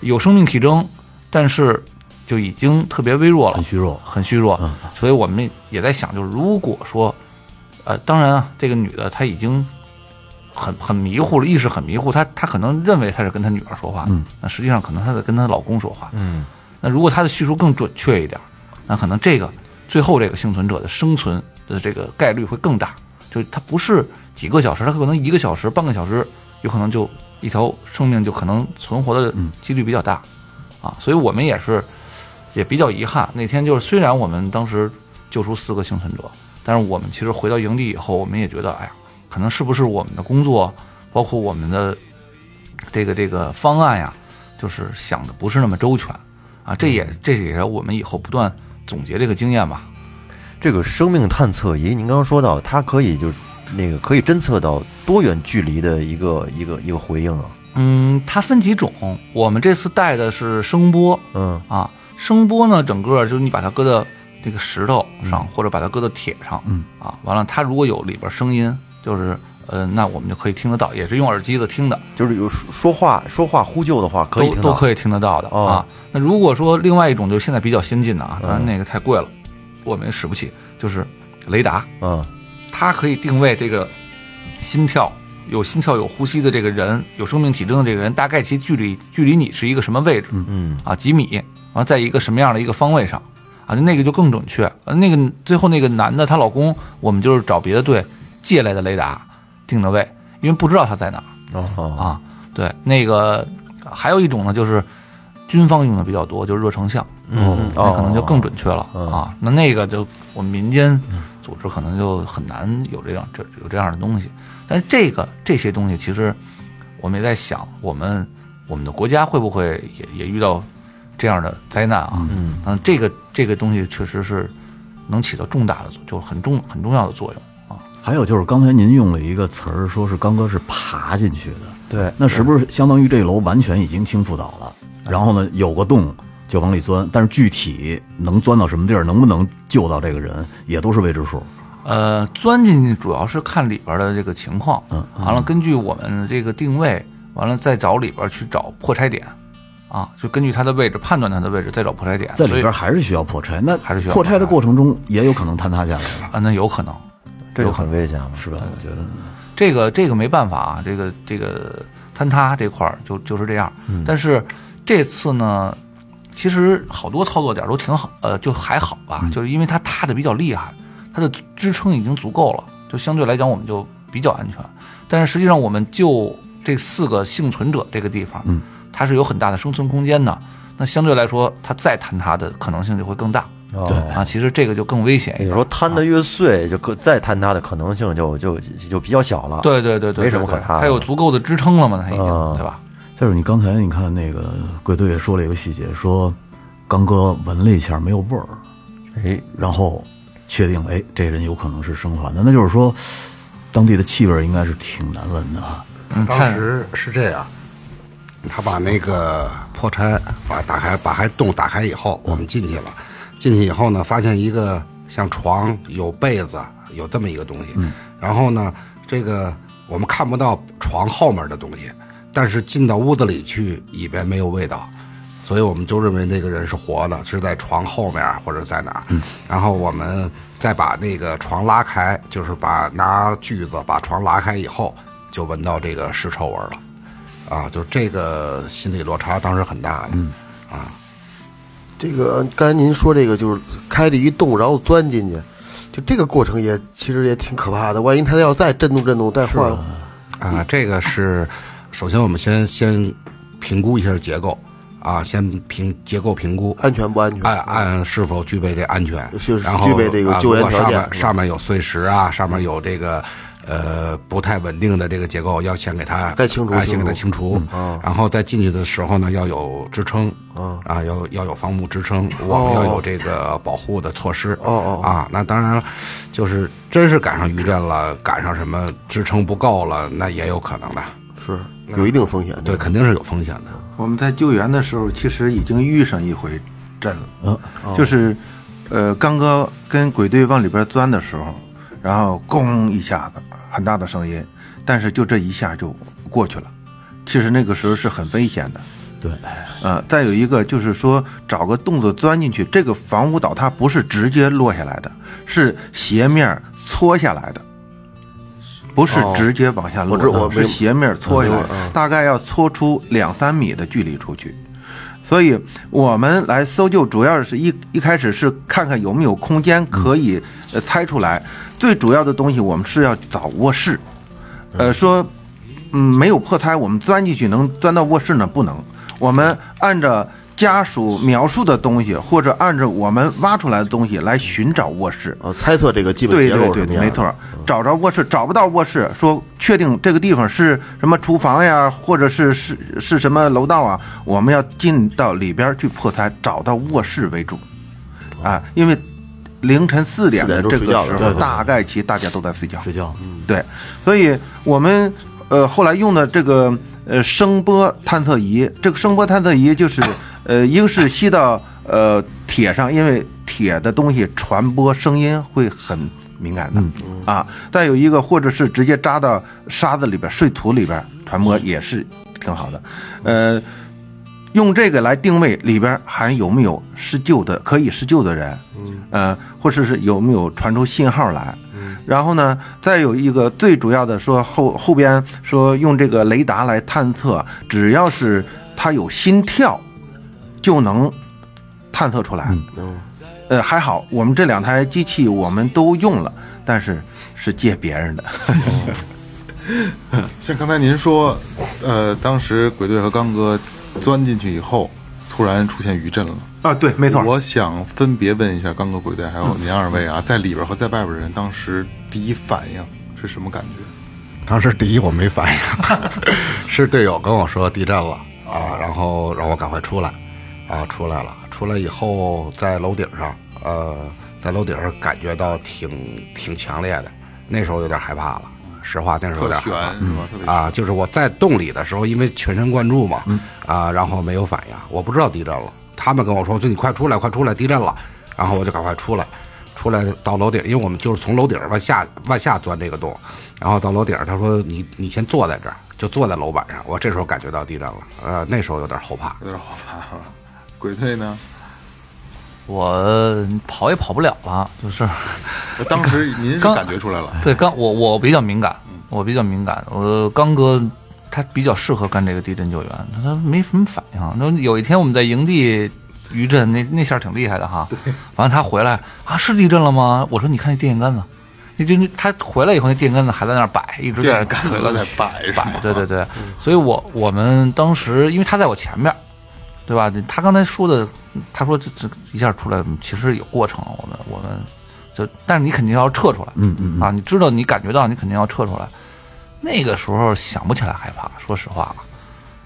[SPEAKER 6] 有生命体征，但是就已经特别微弱了，
[SPEAKER 4] 很虚弱
[SPEAKER 6] 很虚弱。所以我们也在想，就是如果说，呃，当然啊，这个女的她已经很很迷糊了，意识很迷糊，她她可能认为她是跟她女儿说话，嗯，那实际上可能她在跟她老公说话，嗯，那如果她的叙述更准确一点，那可能这个最后这个幸存者的生存的这个概率会更大，就是她不是几个小时，她可能一个小时、半个小时，有可能就一条生命就可能存活的几率比较大，啊，所以我们也是也比较遗憾，那天就是虽然我们当时救出四个幸存者，但是我们其实回到营地以后，我们也觉得，哎呀，可能是不是我们的工作，包括我们的这个这个方案呀，就是想的不是那么周全啊。这也这也是我们以后不断总结这个经验吧。
[SPEAKER 3] 这个生命探测仪，您刚刚说到，它可以就是那个可以侦测到多远距离的一个一个一个回应啊，
[SPEAKER 6] 嗯，它分几种，我们这次带的是声波，
[SPEAKER 3] 嗯
[SPEAKER 6] 啊，声波呢，整个就是你把它搁到这个石头上，
[SPEAKER 3] 嗯
[SPEAKER 6] 或者把它搁到铁上，嗯啊，完了，它如果有里边声音，就是呃，那我们就可以听得到，也是用耳机子听的，
[SPEAKER 3] 就是有说说话说话呼救的话可以
[SPEAKER 6] 都
[SPEAKER 3] 听
[SPEAKER 6] 都
[SPEAKER 3] 到，
[SPEAKER 6] 可以听得到的、
[SPEAKER 3] 哦嗯
[SPEAKER 6] 啊。那如果说另外一种，就现在比较先进的啊，当然那个太贵了，我们也使不起，就是雷达，
[SPEAKER 3] 嗯，
[SPEAKER 6] 它可以定位这个心跳，有心跳有呼吸的这个人，有生命体征的这个人，大概其距离距离你是一个什么位置？嗯啊，几米？完了在一个什么样的一个方位上？啊，那个就更准确。呃那个最后那个男的她老公，我们就是找别的队借来的雷达定的位，因为不知道他在哪儿。
[SPEAKER 3] 哦，
[SPEAKER 6] 啊，对，那个还有一种呢，就是军方用的比较多，就是热成像，
[SPEAKER 4] 哦
[SPEAKER 6] 嗯，那可能就更准确了、啊。那那个就我们民间组织可能就很难有这样这有这样的东西，但是这个这些东西其实我们也在想，我们我们的国家会不会也也遇到这样的灾难啊？嗯，但这个这个东西确实是能起到重大的作，就是很重很重要的作用啊。
[SPEAKER 4] 还有就是刚才您用了一个词儿，说是刚哥是爬进去的，
[SPEAKER 3] 对，
[SPEAKER 4] 那是不是相当于这楼完全已经倾覆倒了？然后呢，有个洞就往里钻，但是具体能钻到什么地儿，能不能救到这个人，也都是未知数。
[SPEAKER 6] 呃，钻进去主要是看里边的这个情况，嗯，完了根据我们这个定位，完了再找里边去找破拆点，啊，就根据它的位置判断它的位置，再找破拆点。
[SPEAKER 4] 在里
[SPEAKER 6] 所以
[SPEAKER 4] 边还是需要破拆，那
[SPEAKER 6] 还是需要
[SPEAKER 4] 破拆的
[SPEAKER 6] 破拆
[SPEAKER 4] 过程中也有可能坍塌下来了，
[SPEAKER 6] 啊，那有可能，
[SPEAKER 3] 这就很危险了，
[SPEAKER 4] 是吧？我觉得
[SPEAKER 6] 这个这个没办法啊，这个这个坍塌这块儿就就是这样。
[SPEAKER 3] 嗯
[SPEAKER 6] 但是这次呢，其实好多操作点都挺好，呃，就还好吧，
[SPEAKER 3] 嗯
[SPEAKER 6] 就是因为它塌的比较厉害，它的支撑已经足够了，就相对来讲我们就比较安全。但是实际上，我们就这四个幸存者这个地方，
[SPEAKER 4] 嗯，
[SPEAKER 6] 它是有很大的生存空间的。那相对来说，它再坍塌的可能性就会更大。
[SPEAKER 3] 对
[SPEAKER 6] 啊，其实这个就更危险一
[SPEAKER 3] 也就是
[SPEAKER 6] 点。
[SPEAKER 3] 哦哎说坍的越碎，就可再坍塌的可能性就就就比较小了。
[SPEAKER 6] 对对对对，
[SPEAKER 3] 没什么可
[SPEAKER 6] 对对
[SPEAKER 3] 塌的
[SPEAKER 6] 它有足够的支撑了嘛？它已经，
[SPEAKER 3] 嗯
[SPEAKER 6] 对吧？
[SPEAKER 4] 再就是你刚才你看那个鬼队也说了一个细节，说刚哥闻了一下没有味儿，
[SPEAKER 3] 哎，
[SPEAKER 4] 然后确定哎这人有可能是生还的，那就是说当地的气味应该是挺难闻的啊。
[SPEAKER 6] 嗯，
[SPEAKER 8] 当
[SPEAKER 6] 看
[SPEAKER 8] 时是这样，他把那个破拆把打开，把还洞打开以后，我们进去了。进去以后呢，发现一个像床有被子有这么一个东西，然后呢，这个我们看不到床后面的东西，但是进到屋子里去，里边没有味道。所以我们就认为那个人是活的，是在床后面或者在哪儿。然后我们再把那个床拉开，就是把拿锯子把床拉开以后，就闻到这个尸臭味儿了。啊，就这个心理落差当时很大的。嗯，
[SPEAKER 2] 这个刚才您说这个就是开了一洞，然后钻进去，就这个过程也其实也挺可怕的。万一它要再震动震动，再换，
[SPEAKER 8] 啊，这个是首先我们先先评估一下结构啊，先评结构评估。
[SPEAKER 2] 安全不安全？啊
[SPEAKER 8] 按按是否具备这安全，
[SPEAKER 2] 呃是是
[SPEAKER 8] 然后
[SPEAKER 2] 具备这个
[SPEAKER 8] 啊
[SPEAKER 2] 救援
[SPEAKER 8] 如果
[SPEAKER 2] 条件嗯
[SPEAKER 8] 上面
[SPEAKER 2] 是吧
[SPEAKER 8] 上面有碎石啊，上面有这个呃不太稳定的这个结构，要先给它
[SPEAKER 2] 该清除嗯
[SPEAKER 8] 哎先给它
[SPEAKER 2] 清
[SPEAKER 8] 清除。然后再进去的时候呢，要有支撑
[SPEAKER 2] 嗯
[SPEAKER 8] 啊，要要有防护支撑，我们要有这个保护的措施。
[SPEAKER 2] 哦哦哦
[SPEAKER 8] 啊，那当然了，就是真是赶上余震了，赶上什么支撑不够了，那也有可能的。
[SPEAKER 2] 是有一定风险的。
[SPEAKER 8] 对，肯定是有风险的。
[SPEAKER 5] 我们在救援的时候，其实已经遇上一回震了，哦
[SPEAKER 4] 嗯
[SPEAKER 5] 就是，呃，刚哥跟鬼队往里边钻的时候，然后咣一下子，很大的声音，但是就这一下就过去了。其实那个时候是很危险的，
[SPEAKER 4] 对，
[SPEAKER 5] 呃，再有一个就是说找个洞子钻进去，这个房屋倒塌不是直接落下来的，是斜面搓下来的，不是直接往下
[SPEAKER 2] 哦
[SPEAKER 5] 落
[SPEAKER 2] 我知
[SPEAKER 5] 的，
[SPEAKER 2] 我
[SPEAKER 5] 是
[SPEAKER 2] 明嗯
[SPEAKER 5] 斜面搓下来
[SPEAKER 2] 我明白
[SPEAKER 5] 的，大概要搓出两三米的距离出去。所以我们来搜救，主要是一一开始是看看有没有空间可
[SPEAKER 2] 嗯
[SPEAKER 5] 以呃猜出来。最主要的东西，我们是要找卧室。呃，说嗯没有破胎，我们钻进去能钻到卧室呢？不能。我们按照家属描述的东西，或者按照我们挖出来的东西来寻找卧室。
[SPEAKER 2] 啊，猜测这个基本
[SPEAKER 5] 对
[SPEAKER 2] 结
[SPEAKER 5] 对
[SPEAKER 2] 构是什
[SPEAKER 5] 对
[SPEAKER 2] 么
[SPEAKER 5] 对，
[SPEAKER 2] 样的
[SPEAKER 5] 没错。。找着卧室，找不到卧室，说确定这个地方是什么厨房呀，或者是是是什么楼道啊，我们要进到里边去破财，找到卧室为主。啊，因为凌晨四点
[SPEAKER 2] 4点
[SPEAKER 5] 的
[SPEAKER 2] 钟
[SPEAKER 5] 这
[SPEAKER 2] 睡觉
[SPEAKER 5] 个
[SPEAKER 2] 了
[SPEAKER 5] 时
[SPEAKER 2] 对
[SPEAKER 5] 候
[SPEAKER 2] 对，对
[SPEAKER 5] 大概其实大家都在睡觉。嗯
[SPEAKER 4] 睡觉，
[SPEAKER 5] 对，所以我们呃后来用的这个呃声波探测仪，这个声波探测仪就是呃一个是吸到呃铁上，因为铁的东西传播声音会很敏感
[SPEAKER 2] 嗯
[SPEAKER 5] 的、啊，再有一个或者是直接扎到沙子里边、睡土里边传播也是挺好的，呃。用这个来定位里边还有没有施救的可以施救的人，嗯，呃，或者是有没有传出信号来，嗯，然后呢，再有一个最主要的说后后边说用这个雷达来探测，只要是他有心跳，就能探测出来，呃，还好我们这两台机器我们都用了，但是是借别人的，
[SPEAKER 1] 像刚才您说，呃，当时鬼队和刚哥钻进去以后，突然出现余震了。
[SPEAKER 5] 啊，对，没错，
[SPEAKER 1] 我想分别问一下刚哥、鬼队还有您二位啊，在里边和在外边的人，当时第一反应是什么感觉？
[SPEAKER 8] 当时第一我没反应， *laughs* 是队友跟我说地震了啊，然后让我赶快出来，啊，出来了，出来以后在楼顶上，呃，在楼顶上感觉到挺挺强烈的，那时候有点害怕了，实话那时候有
[SPEAKER 1] 特
[SPEAKER 8] 点害
[SPEAKER 1] 悬
[SPEAKER 8] 怕。
[SPEAKER 1] 是吧？特别嗯悬
[SPEAKER 8] 啊，就是我在洞里的时候，因为全神贯注嘛，啊，然后没有反应，我不知道地震了。他们跟我说：“就你快出来，快出来，地震了。”然后我就赶快出来，出来到楼顶，因为我们就是从楼顶往下往下钻这个洞，然后到楼顶，他说：“你你先坐在这儿，就坐在楼板上。我这时候感觉到地震了，呃，那时候有点后怕。
[SPEAKER 1] 有点后怕了。 *laughs* 鬼退呢？
[SPEAKER 6] 我跑也跑不了了，就是
[SPEAKER 1] 当时您是
[SPEAKER 6] 刚
[SPEAKER 1] 感觉出来 *laughs* 了，
[SPEAKER 6] 对刚我我比较敏感，
[SPEAKER 1] 嗯
[SPEAKER 6] 我比较敏感，我刚哥他比较适合干这个地震救援，他没什么反应。那有一天我们在营地余震那那下挺厉害的哈，完了他回来啊是地震了吗？我说你看那电线杆子，那就那他回来以后那电线杆子还在那儿摆，一直
[SPEAKER 1] 电
[SPEAKER 6] 在
[SPEAKER 1] 线杆子
[SPEAKER 6] 回来
[SPEAKER 1] 在
[SPEAKER 6] 去
[SPEAKER 1] 摆是吗
[SPEAKER 6] 摆，对对对，所以我我们当时因为他在我前面，对吧？他刚才说的，他说这这一下出来，其实有过程，我们我们就，但是你肯定要撤出来，嗯嗯啊，你知道你感觉到你肯定要撤出来，那个时候想不起来害怕，说实话了，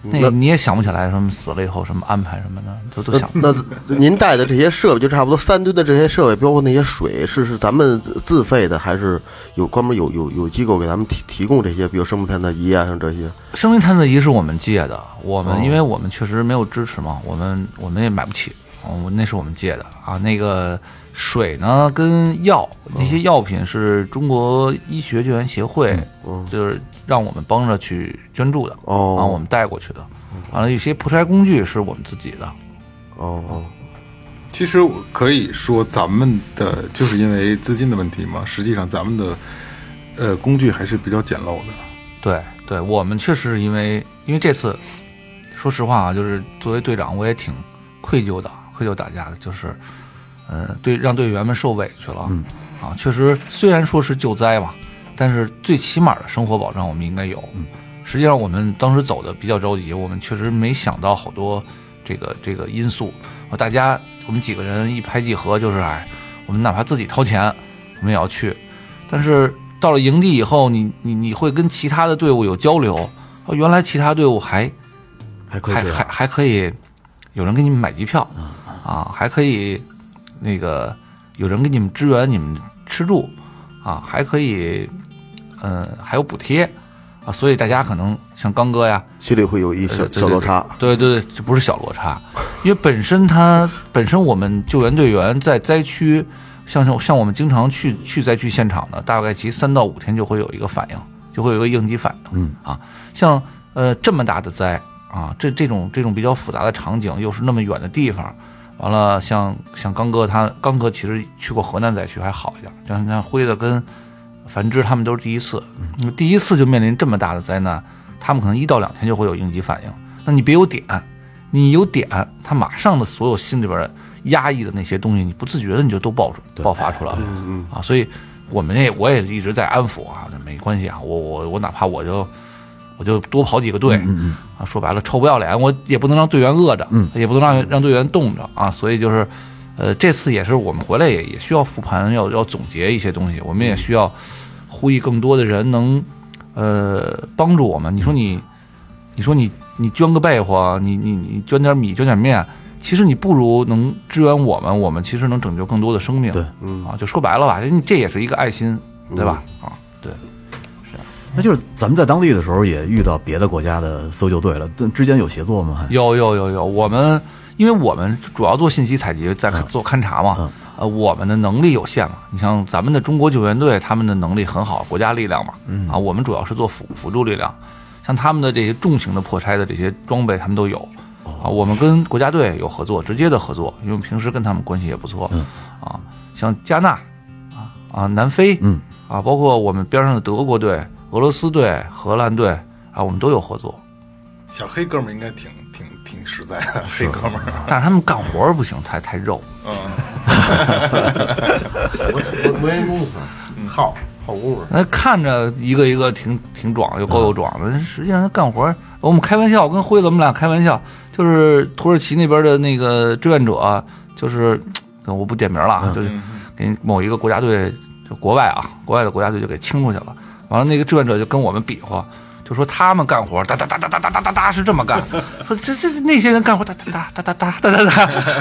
[SPEAKER 6] 那呃个你也想不起来什么死了以后什么安排什么的，都都想不起来。
[SPEAKER 2] 那您带的这些设备，就差不多三吨的这些设备，包括那些水，是是咱们自费的，还是有专门有有有机构给咱们提提供这些，比如生物探测仪啊，像这些？
[SPEAKER 6] 生命探测仪是我们借的，我们、因为我们确实没有支持嘛，我们我们也买不起，我那是我们借的啊。那个水呢，跟药那些药品是中国医学救援协会，就是让我们帮着去捐助的，啊
[SPEAKER 2] 哦
[SPEAKER 6] 然后我们带过去的。完了，一些破拆工具是我们自己的，
[SPEAKER 2] 哦哦，
[SPEAKER 1] 其实我可以说，咱们的就是因为资金的问题嘛，实际上咱们的呃工具还是比较简陋的。
[SPEAKER 6] 对对，我们确实是因为因为这次，说实话啊，就是作为队长，我也挺愧疚的，愧疚大家的，就是，呃，对，让队员们受委屈了，嗯、啊，确实虽然说是救灾嘛，但是最起码的生活保障我们应该有。实际上我们当时走的比较着急，我们确实没想到好多这个这个因素。我大家我们几个人一拍即合，就是哎，我们哪怕自己掏钱，我们也要去。但是到了营地以后，你你你会跟其他的队伍有交流，哦，原来其他队伍还
[SPEAKER 4] 还可以
[SPEAKER 6] 还
[SPEAKER 4] 这样嗯
[SPEAKER 6] 还还可以有人给你们买机票啊，还可以那个有人给你们支援你们吃住啊，还可以嗯、还有补贴啊，所以大家可能像刚哥呀，呃
[SPEAKER 2] 心里会有一小
[SPEAKER 6] 对对
[SPEAKER 2] 小落差。
[SPEAKER 6] 对对对，这不是小落差，因为本身它本身我们救援队员在灾区，像像像我们经常去去灾区现场的，大概其三到五天就会有一个反应，就会有一个应急反应。嗯啊，像呃这么大的灾啊，这这种这种比较复杂的场景，又是那么远的地方。完了，像像刚哥他刚哥其实去过河南灾区还好一点，像像辉子跟樊芝他们都是第一次，那么第一次就面临这么大的灾难，他们可能一到两天就会有应急反应。那你别有点，你有点，他马上的所有心里边压抑的那些东西，你不自觉的你就都爆出爆发出来了啊！所以我们也我也一直在安抚啊，没关系啊，我我我哪怕我就我就多跑几个队，啊，说白了臭不要脸，我也不能让队员饿着，也不能让让队员冻着啊，所以就是，呃，这次也是我们回来也也需要复盘，要要总结一些东西，我们也需要呼吁更多的人能，呃，帮助我们。你说你，你说你你捐个被窝，你你你捐点米，捐点面。其实你不如能支援我们，我们其实能拯救更多的生命。
[SPEAKER 4] 对，
[SPEAKER 6] 啊，就说白了吧，因为这也是一个爱心，对吧？啊，对，
[SPEAKER 4] 那就是咱们在当地的时候也遇到别的国家的搜救队了，这之间有协作吗？还
[SPEAKER 6] 有有有有，我们因为我们主要做信息采集，在做勘察嘛，呃，我们的能力有限嘛。你像咱们的中国救援队，他们的能力很好，国家力量嘛，啊，我们主要是做辅辅助力量，像他们的这些重型的破拆的这些装备，他们都有。啊，我们跟国家队有合作，直接的合作，因为平时跟他们关系也不错。啊，像加纳，啊，南非，嗯，啊，包括我们边上的德国队、俄罗斯队、荷兰队，啊，我们都有合作。
[SPEAKER 1] 小黑哥们儿应该挺挺挺实在的，黑哥们儿
[SPEAKER 6] 但是他们干活儿不行，太太肉。
[SPEAKER 2] *laughs* 磨磨练功夫，耗耗功夫。
[SPEAKER 6] 那看着一个一个挺挺壮，又高又壮的，实际上他干活儿，我们开玩笑，我跟辉子我们俩开玩笑，就是土耳其那边的那个志愿者，就是呃我不点名了啊，就是给某一个国家队，就国外啊，国外的国家队就给清出去了。完了，那个志愿者就跟我们比划，就说他们干活儿哒哒哒哒哒哒哒哒哒是这么干， *laughs* 说这这那些人干活儿哒哒哒哒哒哒哒哒哒，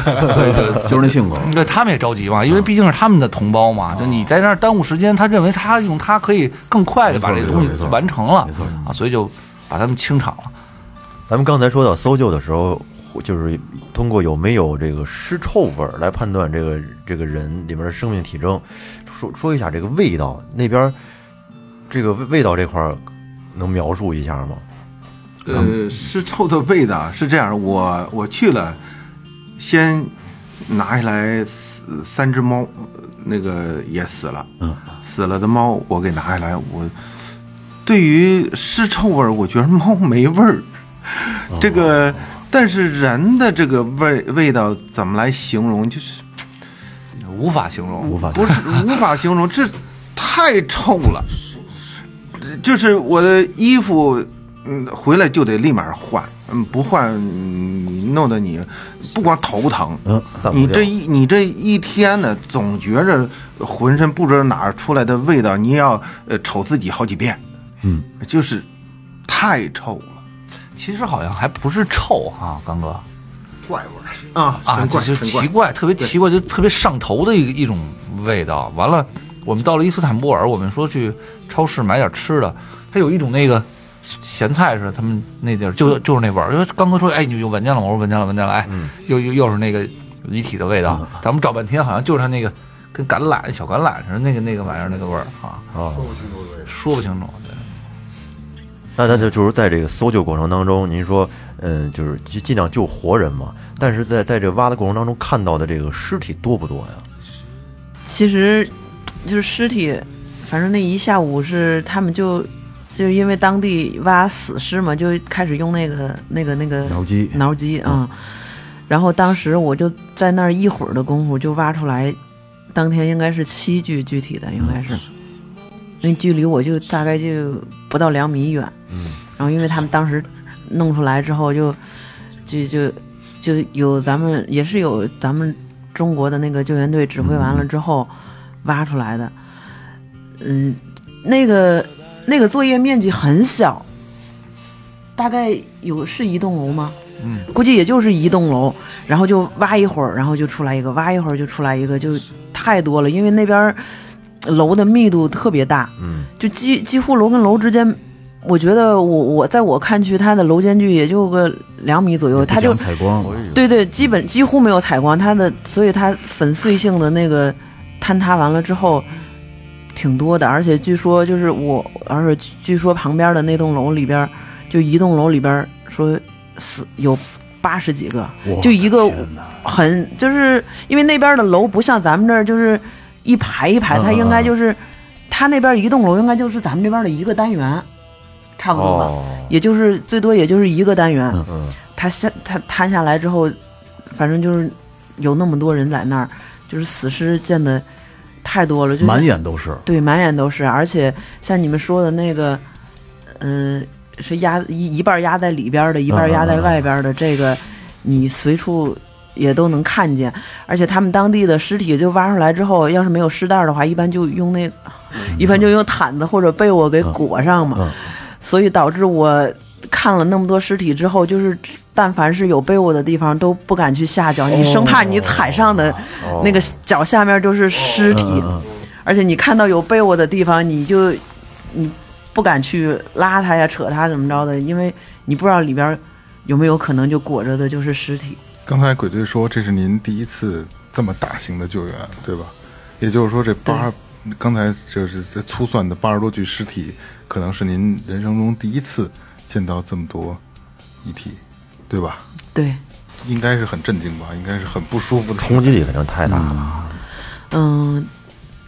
[SPEAKER 6] *laughs* 所以就
[SPEAKER 4] 就是那性格，
[SPEAKER 6] 对他们也着急嘛，
[SPEAKER 4] 嗯
[SPEAKER 6] 因为毕竟是他们的同胞嘛。就你在那儿耽误时间，他认为他用他可以更快的把这个东
[SPEAKER 4] 没
[SPEAKER 6] 西
[SPEAKER 4] 错
[SPEAKER 6] 完成了
[SPEAKER 4] 没错
[SPEAKER 6] 啊，所以就把他们清场了。
[SPEAKER 3] 咱们刚才说到搜救的时候，就是通过有没有这个尸臭味儿来判断这个这个人里面的生命体征。说说一下这个味道，那边儿这个味味道这块儿能描述一下吗？
[SPEAKER 5] 呃，尸臭的味道是这样，我我去了，先拿下来四三只猫，呃那个也死了，嗯，死了的猫我给拿下来，我对于尸臭味儿，我觉得猫没味儿， *laughs* 这个，但是人的这个味味道怎么来形容，就是
[SPEAKER 6] 无法形容，无法
[SPEAKER 5] 不是无法形容，这太臭了。就是我的衣服，嗯，回来就得立马换，嗯，不换，嗯，弄得你不光头疼，
[SPEAKER 3] 嗯
[SPEAKER 4] 啊
[SPEAKER 3] 散不
[SPEAKER 5] 你
[SPEAKER 3] 掉
[SPEAKER 5] 这一你这一天呢，总觉着浑身不知道哪儿出来的味道，你要呃瞅自己好几遍，嗯，就是太臭了
[SPEAKER 6] 其实好像还不是臭哈、刚哥
[SPEAKER 5] 啊
[SPEAKER 6] 啊，
[SPEAKER 5] 很
[SPEAKER 6] 就
[SPEAKER 5] 怪，
[SPEAKER 6] 是
[SPEAKER 5] 很
[SPEAKER 6] 奇
[SPEAKER 5] 怪，
[SPEAKER 6] 怪，特别奇怪，就特别上头的一个一种味道。完了，我们到了伊斯坦布尔，我们说去超市买点吃的，它有一种那个咸菜似的，他们那地儿就就是那味儿。因为刚哥说，哎，你有闻见了吗？我说闻见了，闻见了，哎，
[SPEAKER 5] 嗯
[SPEAKER 6] 又又又是那个遗体的味道。咱们找半天，好像就是它那个跟橄榄小橄榄似的，那个那个玩意儿那个味儿啊，说不清楚。对
[SPEAKER 3] 那那就就是在这个搜救过程当中，您说，嗯，就是尽尽量救活人嘛，但是在在这挖的过程当中看到的这个尸体多不多呀？
[SPEAKER 7] 其实就是尸体，反正那一下午是他们就就是因为当地挖死尸嘛，就开始用那个那个那个
[SPEAKER 4] 挠机
[SPEAKER 7] 挠机啊、然后当时我就在那儿一会儿的功夫就挖出来，当天应该是七具具体的，应该是、那距离我就大概就不到两米远。嗯，然后因为他们当时弄出来之后就就就就有咱们也是有咱们中国的那个救援队指挥完了之后挖出来的，嗯，那个那个作业面积很小，大概有是一栋楼吗？嗯，估计也就是一栋楼，然后就挖一会儿，然后就出来一个，挖一会儿就出来一个，就太多了，因为那边儿楼的密度特别大，嗯，就几几乎楼跟楼之间。我觉得我我在我看去，它的楼间距也就个两米左右，它就
[SPEAKER 4] 不讲采光了，
[SPEAKER 7] 对对，基本几乎没有采光，它的所以它粉碎性的那个坍塌完了之后，挺多的，而且据说就是我，而且据据说旁边的那栋楼里边儿，就一栋楼里边儿说死有八十几个，就一个很就是因为那边的楼不像咱们这儿就是一排一排，它应该就是它那边一栋楼应该就是咱们这边的一个单元，差不多吧。
[SPEAKER 3] 哦，
[SPEAKER 7] 也就是最多也就是一个单元，它下它摊下来之后，反正就是有那么多人在那儿，就是死尸见的太多了，就是
[SPEAKER 4] 满眼都是。
[SPEAKER 7] 对满眼都是，而且像你们说的那个，嗯、是压一一半压在里边儿的，一半压在外边儿的，这个你随处也都能看见，而且他们当地的尸体就挖出来之后，要是没有尸袋儿的话，一般就用那， *laughs* 一般就用毯子或者被窝给裹上嘛，所以导致我看了那么多尸体之后，就是但凡是有被窝的地方都不敢去下脚，你生怕你踩上的那个脚下面就是尸体，而且你看到有被窝的地方，你就你不敢去拉它呀、扯它怎么着的，因为你不知道里边有没有可能就裹着的就是尸体。
[SPEAKER 1] 刚才鬼队说这是您第一次这么大型的救援，对吧？也就是说这八，刚才就是在粗算的八十多具尸体，可能是您人生中第一次见到这么多遗体，对吧？
[SPEAKER 7] 对，
[SPEAKER 1] 应该是很震惊吧，应该是很不舒服的
[SPEAKER 3] 冲击力肯定太大了。
[SPEAKER 7] 嗯，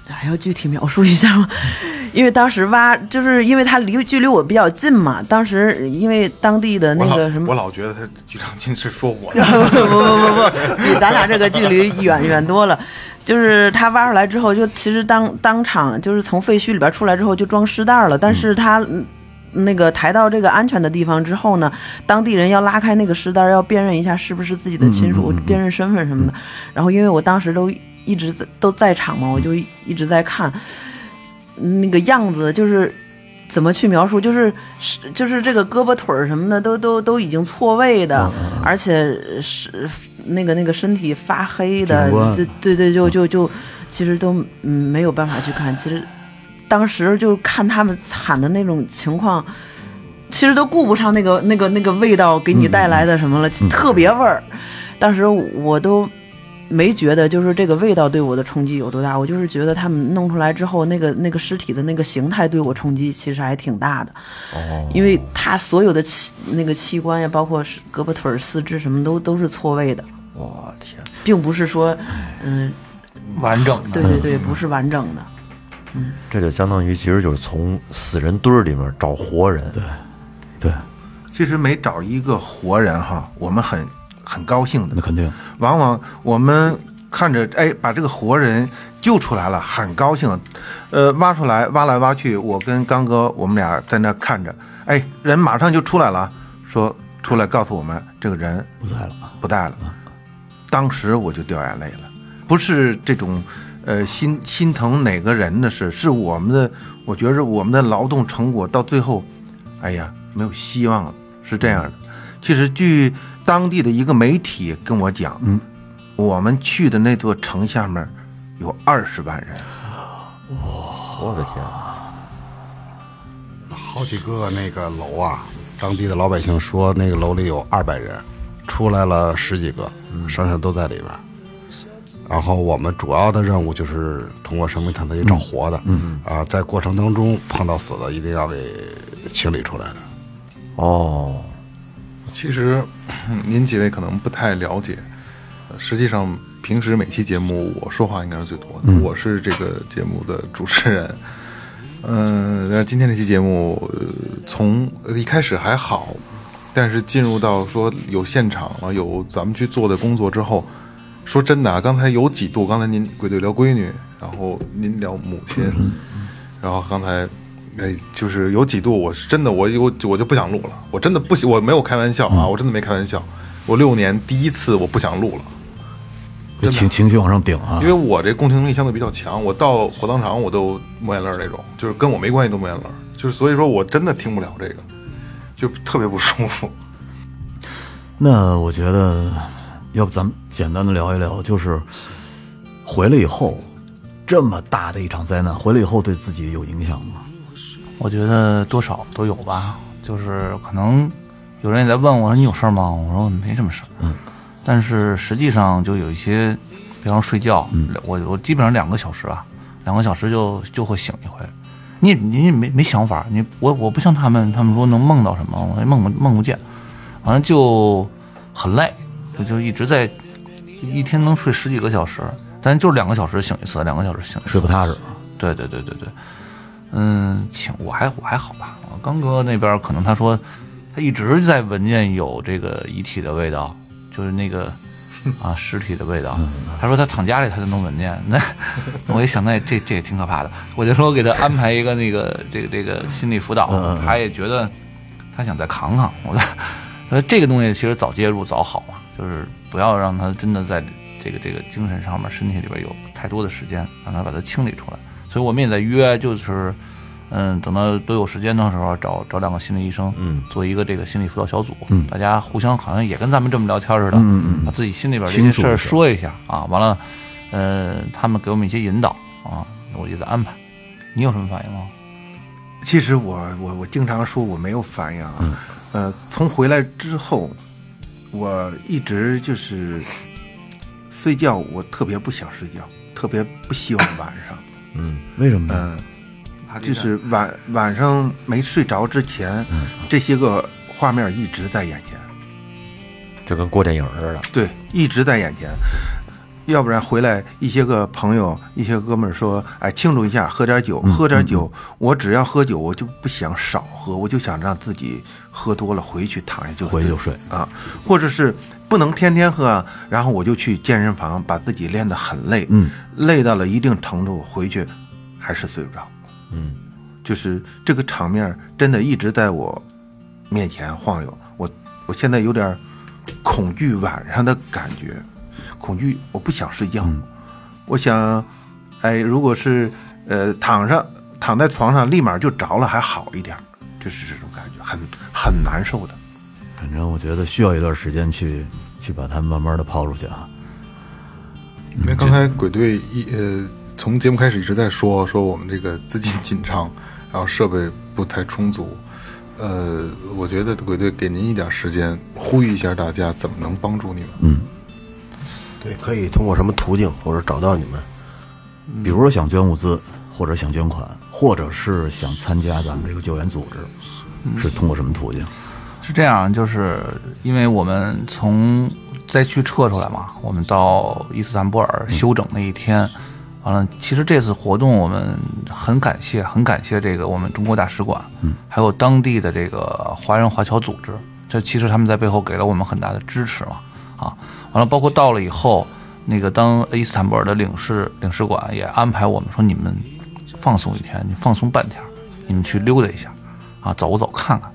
[SPEAKER 7] 还要具体描述一下吗？ *laughs* 因为当时挖，就是因为它离距离我比较近嘛，当时因为当地的
[SPEAKER 1] 我
[SPEAKER 7] 那
[SPEAKER 1] 老
[SPEAKER 7] 个什么
[SPEAKER 1] 我，老觉得他局长今是说我
[SPEAKER 7] 不不不不，比咱俩这个距离远远多了。就是他挖出来之后，就其实当当场就是从废墟里边出来之后就装尸袋了，但是他。嗯那个抬到这个安全的地方之后呢，当地人要拉开那个尸袋，要辨认一下是不是自己的亲属，辨认身份什么的。然后因为我当时都一直在都在场嘛，我就一直在看那个样子，就是怎么去描述，就是是就是这个胳膊腿儿什么的都都都已经错位的，而且是那个那个身体发黑的
[SPEAKER 4] 警官，
[SPEAKER 7] 对对对，就就就其实都嗯没有办法去看，其实当时就看他们惨的那种情况。其实都顾不上那个那个那个味道给你带来的什么了，特别味儿。当时我都没觉得就是这个味道对我的冲击有多大，我就是觉得他们弄出来之后，那个那个尸体的那个形态对我冲击其实还挺大的。哦，因为他所有的器那个器官呀，包括是胳膊腿儿、四肢什么都都是错位的，
[SPEAKER 3] 我天，
[SPEAKER 7] 并不是说，嗯，
[SPEAKER 6] 完整的
[SPEAKER 7] 对对对，不是完整的。
[SPEAKER 3] 这就相当于其实就是从死人堆儿里面找活人，对，
[SPEAKER 4] 对，
[SPEAKER 5] 其实每找一个活人哈，我们很很高兴的
[SPEAKER 4] 那，肯定。
[SPEAKER 5] 往往我们看着，哎，把这个活人救出来了，很高兴。呃，挖出来，挖来挖去，我跟刚哥我们俩在那看着，哎，人马上就出来了，说出来告诉我们这个人
[SPEAKER 4] 不在了，啊
[SPEAKER 5] 不在了。当时我就掉眼泪了，不是这种，呃，心心疼哪个人的事，是我们的，我觉着我们的劳动成果到最后，哎呀，没有希望了，是这样的。其实据当地的一个媒体跟我讲，嗯，我们去的那座城下面有二十万人，
[SPEAKER 3] 我的天，
[SPEAKER 8] 好几个那个楼啊，当地的老百姓说那个楼里有二百人，出来了十几个，剩下都在里边儿。然后我们主要的任务就是通过生命探测仪找活的，嗯啊，在过程当中碰到死的一定要给清理出来的。
[SPEAKER 3] 哦，
[SPEAKER 1] 其实嗯您几位可能不太了解，呃实际上平时每期节目我说话应该是最多的，我是这个节目的主持人。嗯，但是今天这期节目呃从呃一开始还好，但是进入到说有现场了，有咱们去做的工作之后，说真的啊，刚才有几度，刚才您鬼队聊闺女，然后您聊母亲，然后刚才。哎，就是有几度，我是真的，我我我就不想录了，我真的不喜，我没有开玩笑啊，我真的没开玩笑，我六年第一次我不想录了，
[SPEAKER 4] 这情情绪往上顶啊
[SPEAKER 1] 因！为我这共情力相对比较强，我到火葬场我都抹眼泪儿那种，就是跟我没关系都抹眼泪儿，就是所以说我真的听不了这个，就特别不舒服。
[SPEAKER 4] 那我觉得，要不咱们简单的聊一聊，就是回来以后，这么大的一场灾难，回来以后对自己有影响吗？
[SPEAKER 6] 我觉得多少都有吧，就是可能有人也在问我说你有事儿吗？我说没什么事儿。嗯，但是实际上就有一些，比方说睡觉，我我基本上两个小时啊，两个小时就就会醒一回。你也你也没没想法，你我我不像他们，他们说能梦到什么，我也梦不梦不见，反正就很累，我就一直在一天能睡十几个小时，但就是两个小时醒一次，两个小时醒一次，
[SPEAKER 4] 睡不踏实。
[SPEAKER 6] 对对对对对，嗯，请我还我还好吧。刚哥那边可能他说他一直在闻见有这个遗体的味道，就是那个啊尸体的味道。他说他躺家里他就能闻见。那我一想，那这这也挺可怕的。我就说我给他安排一个那个这个这个心理辅导，他也觉得他想再扛扛。我说呃这个东西其实早介入早好嘛，就是不要让他真的在这个这个精神上面、身体里边有太多的时间，让他把它清理出来。所以我们也在约，就是嗯，等到都有时间的时候，找找两个心理医生，嗯，做一个这个心理辅导小组，嗯，大家互相好像也跟咱们这么聊天似的，嗯嗯，把自己心里边这些事儿说一下啊，完了，呃，他们给我们一些引导啊，我也在安排。你有什么反应吗？
[SPEAKER 5] 其实我我我经常说我没有反应啊，呃，从回来之后，我一直就是睡觉，我特别不想睡觉，特别不希望晚上，
[SPEAKER 4] 为什么呢？
[SPEAKER 5] 嗯、就是晚晚上没睡着之前，这些个画面一直在眼前，
[SPEAKER 3] 就跟过电影似的。
[SPEAKER 5] 对，一直在眼前。要不然回来一些个朋友、一些哥们儿说：“哎，庆祝一下，喝点酒，
[SPEAKER 4] 嗯
[SPEAKER 5] 喝点酒。我只要喝酒，我就不想少喝，我就想让自己喝多了回去躺下就
[SPEAKER 4] 回去就睡
[SPEAKER 5] 啊，或者是不能天天喝啊。然后我就去健身房把自己练得很累，嗯，累到了一定程度，回去还是睡不着，嗯，就是这个场面儿真的一直在我面前晃悠，我我现在有点儿恐惧晚上的感觉，恐惧我不想睡觉，我想，哎，如果是呃躺上躺在床上立马就着了还好一点儿，就是这种感觉很很难受的。
[SPEAKER 4] 反正我觉得需要一段时间去去把它慢慢的抛出去啊。
[SPEAKER 1] 因为刚才鬼队一呃，从节目开始一直在说 *laughs* 说我们这个资金紧张，然后设备不太充足，呃，我觉得鬼队给您一点时间，呼吁一下大家怎么能帮助你们。
[SPEAKER 2] 对，可以通过什么途径或者找到你们？
[SPEAKER 4] 比如说想捐物资，或者想捐款，或者是想参加咱们这个救援组织，是通过什么途径？
[SPEAKER 6] 是这样，就是因为我们从灾区撤出来嘛，我们到伊斯坦布尔休整那一天，完了，其实这次活动我们很感谢，很感谢这个我们中国大使馆，还有当地的这个华人华侨组织，这其实他们在背后给了我们很大的支持嘛，啊，完了，包括到了以后，那个当伊斯坦布尔的领事领事馆也安排我们说你们放松一天，你放松半天，你们去溜达一下，啊，走走看看。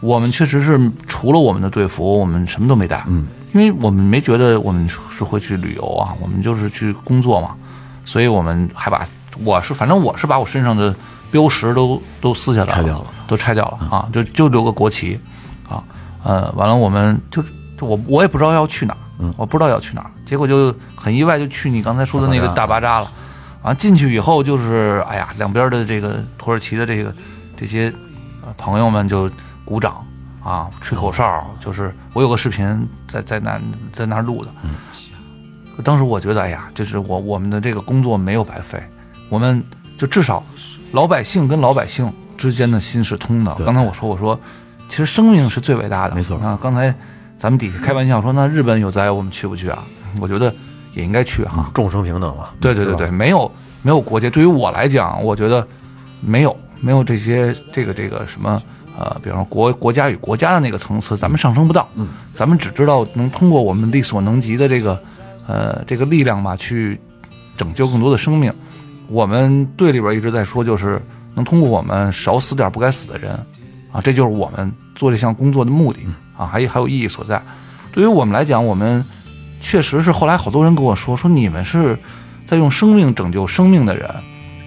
[SPEAKER 6] 我们确实是除了我们的队服，我们什么都没带，嗯，因为我们没觉得我们是会去旅游啊，我们就是去工作嘛，所以我们还把我是反正我是把我身上的标识都都撕下来了，
[SPEAKER 4] 拆掉了
[SPEAKER 6] 都拆掉了啊，就就留个国旗，啊，呃，完了我们就就我我也不知道要去哪儿，我不知道要去哪儿，结果就很意外就去你刚才说的那个大巴扎了，完、进去以后就是哎呀，两边的这个土耳其的这个这些呃朋友们就鼓掌啊，吹口哨，就是我有个视频在在那在那儿录的，当时我觉得哎呀，这是我我们的这个工作没有白费，我们就至少老百姓跟老百姓之间的心是通的。刚才我说我说，其实生命是最伟大的，
[SPEAKER 4] 没错
[SPEAKER 6] 啊，刚才咱们底下开玩笑说，那日本有灾我们去不去啊？我觉得也应该去啊哈、
[SPEAKER 3] 众生平等嘛。
[SPEAKER 6] 对对对对，没有没有国界。对于我来讲，我觉得没有没有这些这个这个什么呃，比方说国国家与国家的那个层次，咱们上升不到。嗯，咱们只知道能通过我们力所能及的这个呃这个力量吧，去拯救更多的生命。我们队里边一直在说，就是能通过我们少死点不该死的人啊，这就是我们做这项工作的目的啊，还有还有意义所在。对于我们来讲，我们确实是后来好多人跟我说，说你们是在用生命拯救生命的人，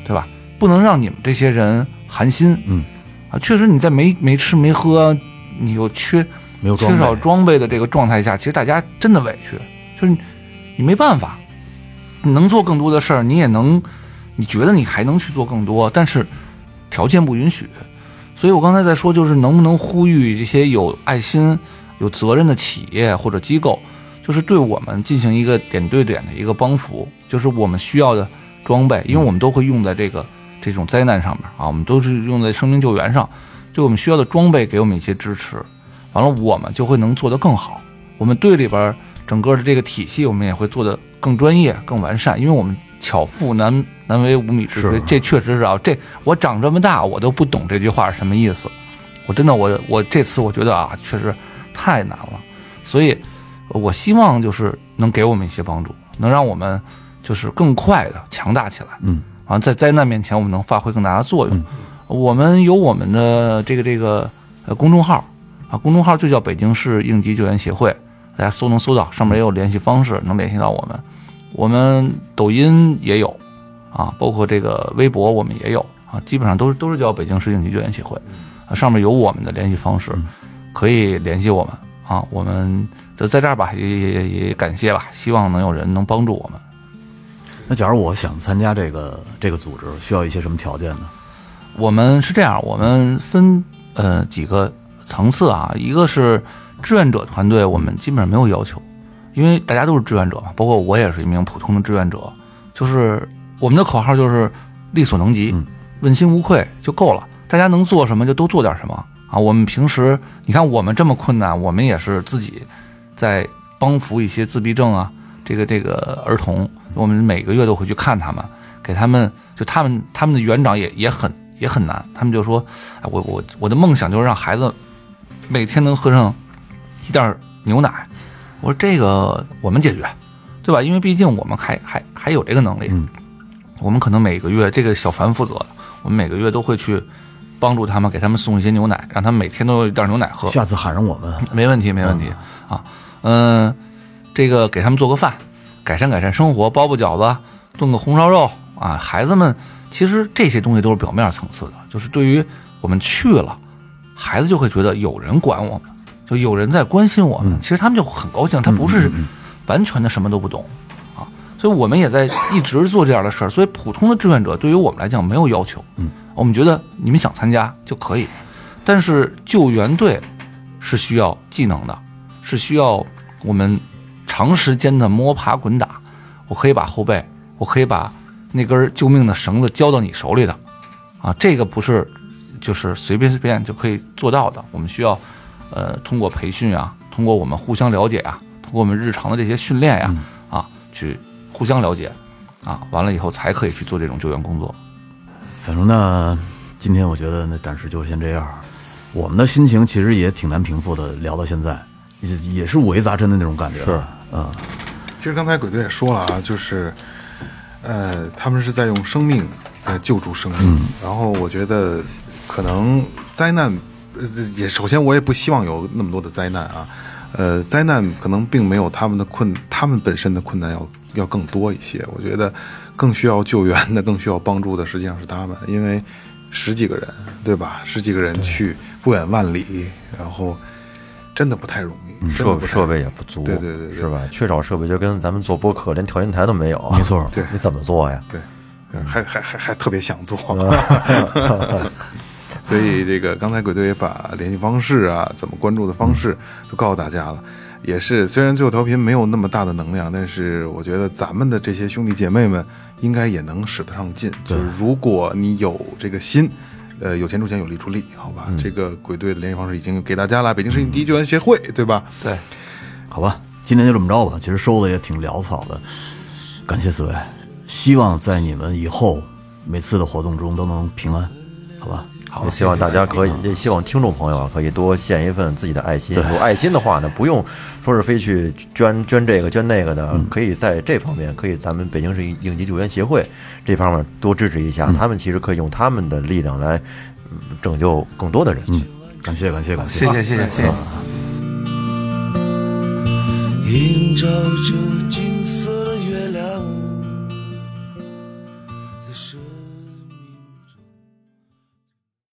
[SPEAKER 6] 对吧？不能让你们这些人寒心。
[SPEAKER 4] 嗯，
[SPEAKER 6] 啊，确实你在没没吃没喝，你又缺
[SPEAKER 4] 没有装备
[SPEAKER 6] 缺少装备的这个状态下，其实大家真的委屈，就是你你没办法，你能做更多的事儿，你也能，你觉得你还能去做更多，但是条件不允许。所以我刚才在说，就是能不能呼吁这些有爱心、有责任的企业或者机构，就是对我们进行一个点对点的一个帮扶，就是我们需要的装备，因为我们都会用在这个这种灾难上面啊，我们都是用在生命救援上，对我们需要的装备给我们一些支持，完了我们就会能做得更好。我们队里边整个的这个体系，我们也会做得更专业、更完善，因为我们巧妇难难为无米之炊，这确实是啊，这我长这么大我都不懂这句话是什么意思，我真的我我这次我觉得啊，确实太难了，所以我希望就是能给我们一些帮助，能让我们就是更快的强大起来，嗯，啊，在灾难面前我们能发挥更大的作用。我们有我们的这个这个呃公众号啊，公众号就叫北京市应急救援协会，大家搜能搜到，上面也有联系方式，能联系到我们。我们抖音也有啊，包括这个微博我们也有啊，基本上都是都是叫北京市应急救援协会，啊，上面有我们的联系方式，可以联系我们啊。我们就在这儿吧，也也也感谢吧，希望能有人能帮助我们。
[SPEAKER 4] 那假如我想参加这个这个组织，需要一些什么条件呢？
[SPEAKER 6] 我们是这样，我们分呃几个层次啊，一个是志愿者团队，我们基本上没有要求，因为大家都是志愿者嘛，包括我也是一名普通的志愿者，就是我们的口号就是力所能及，问心无愧就够了，大家能做什么就都做点什么啊。我们平时你看我们这么困难，我们也是自己在帮扶一些自闭症啊，这个这个儿童，我们每个月都会去看他们，给他们就他们他们的园长也也很也很难，他们就说，哎，我我我的梦想就是让孩子每天能喝上一袋儿牛奶。我说这个我们解决，对吧？因为毕竟我们还还还有这个能力，我们可能每个月这个小凡负责，我们每个月都会去帮助他们，给他们送一些牛奶，让他们每天都有一袋儿牛奶喝。
[SPEAKER 4] 下次喊上我们，
[SPEAKER 6] *laughs* 没问题，没问题、啊。嗯、这个给他们做个饭，改善改善生活，包包饺子，炖个红烧肉啊。孩子们其实这些东西都是表面层次的，就是对于我们去了，孩子就会觉得有人管我们，就有人在关心我们。其实他们就很高兴，他不是完全的什么都不懂。啊，所以我们也在一直做这样的事儿。所以普通的志愿者对于我们来讲没有要求，嗯，我们觉得你们想参加就可以，但是救援队是需要技能的，是需要我们长时间的摸爬滚打，我可以把后背，我可以把那根救命的绳子交到你手里的，啊，这个不是就是随便随便就可以做到的。我们需要，呃，通过培训啊，通过我们互相了解啊，通过我们日常的这些训练呀、啊，去互相了解，啊，完了以后才可以去做这种救援工作。
[SPEAKER 4] 反正那今天我觉得那暂时就先这样。我们的心情其实也挺难平复的，聊到现在，也也是五味杂陈的那种感觉。是，嗯，
[SPEAKER 1] 其实刚才鬼队也说了啊，就是，呃，他们是在用生命在救助生命。然后我觉得，可能灾难，呃，也首先我也不希望有那么多的灾难啊。呃，灾难可能并没有他们的困，他们本身的困难要要更多一些。我觉得，更需要救援的、更需要帮助的，实际上是他们，因为十几个人，对吧？十几个人去不远万里，然后真的不太容易，真的
[SPEAKER 3] 设
[SPEAKER 1] 不太
[SPEAKER 3] 设备
[SPEAKER 1] 容易
[SPEAKER 3] 也不足，
[SPEAKER 1] 对对对对
[SPEAKER 3] 是吧？缺少设备就跟咱们做播客连调音台都没有，
[SPEAKER 4] 没错
[SPEAKER 1] 对
[SPEAKER 3] 你怎么做呀？
[SPEAKER 1] 对，还还还还特别想做， *laughs* 所以这个刚才鬼队也把联系方式啊，怎么关注的方式都告诉大家了。也是，虽然最后调频没有那么大的能量，但是我觉得咱们的这些兄弟姐妹们应该也能使得上劲。就是如果你有这个心，呃，有钱出钱，有力出力，好吧？这个鬼队的联系方式已经给大家了，北京市第一救援协会，对吧？
[SPEAKER 6] 对，
[SPEAKER 4] 好吧，今天就这么着吧。其实收的也挺潦草的，感谢四位，希望在你们以后每次的活动中都能平安，好吧？
[SPEAKER 3] 也希望大家可以，也希望听众朋友啊，可以多献一份自己的爱心。有爱心的话呢，不用说是非去捐捐这个捐那个的，
[SPEAKER 4] 嗯
[SPEAKER 3] 可以在这方面，可以咱们北京市应应急救援协会这方面多支持一下。
[SPEAKER 4] 嗯
[SPEAKER 3] 他们其实可以用他们的力量来嗯拯救更多的人
[SPEAKER 4] 嗯
[SPEAKER 3] 群。
[SPEAKER 4] 感谢，感谢，感谢。
[SPEAKER 6] 谢谢谢谢谢谢。
[SPEAKER 9] 映照着金色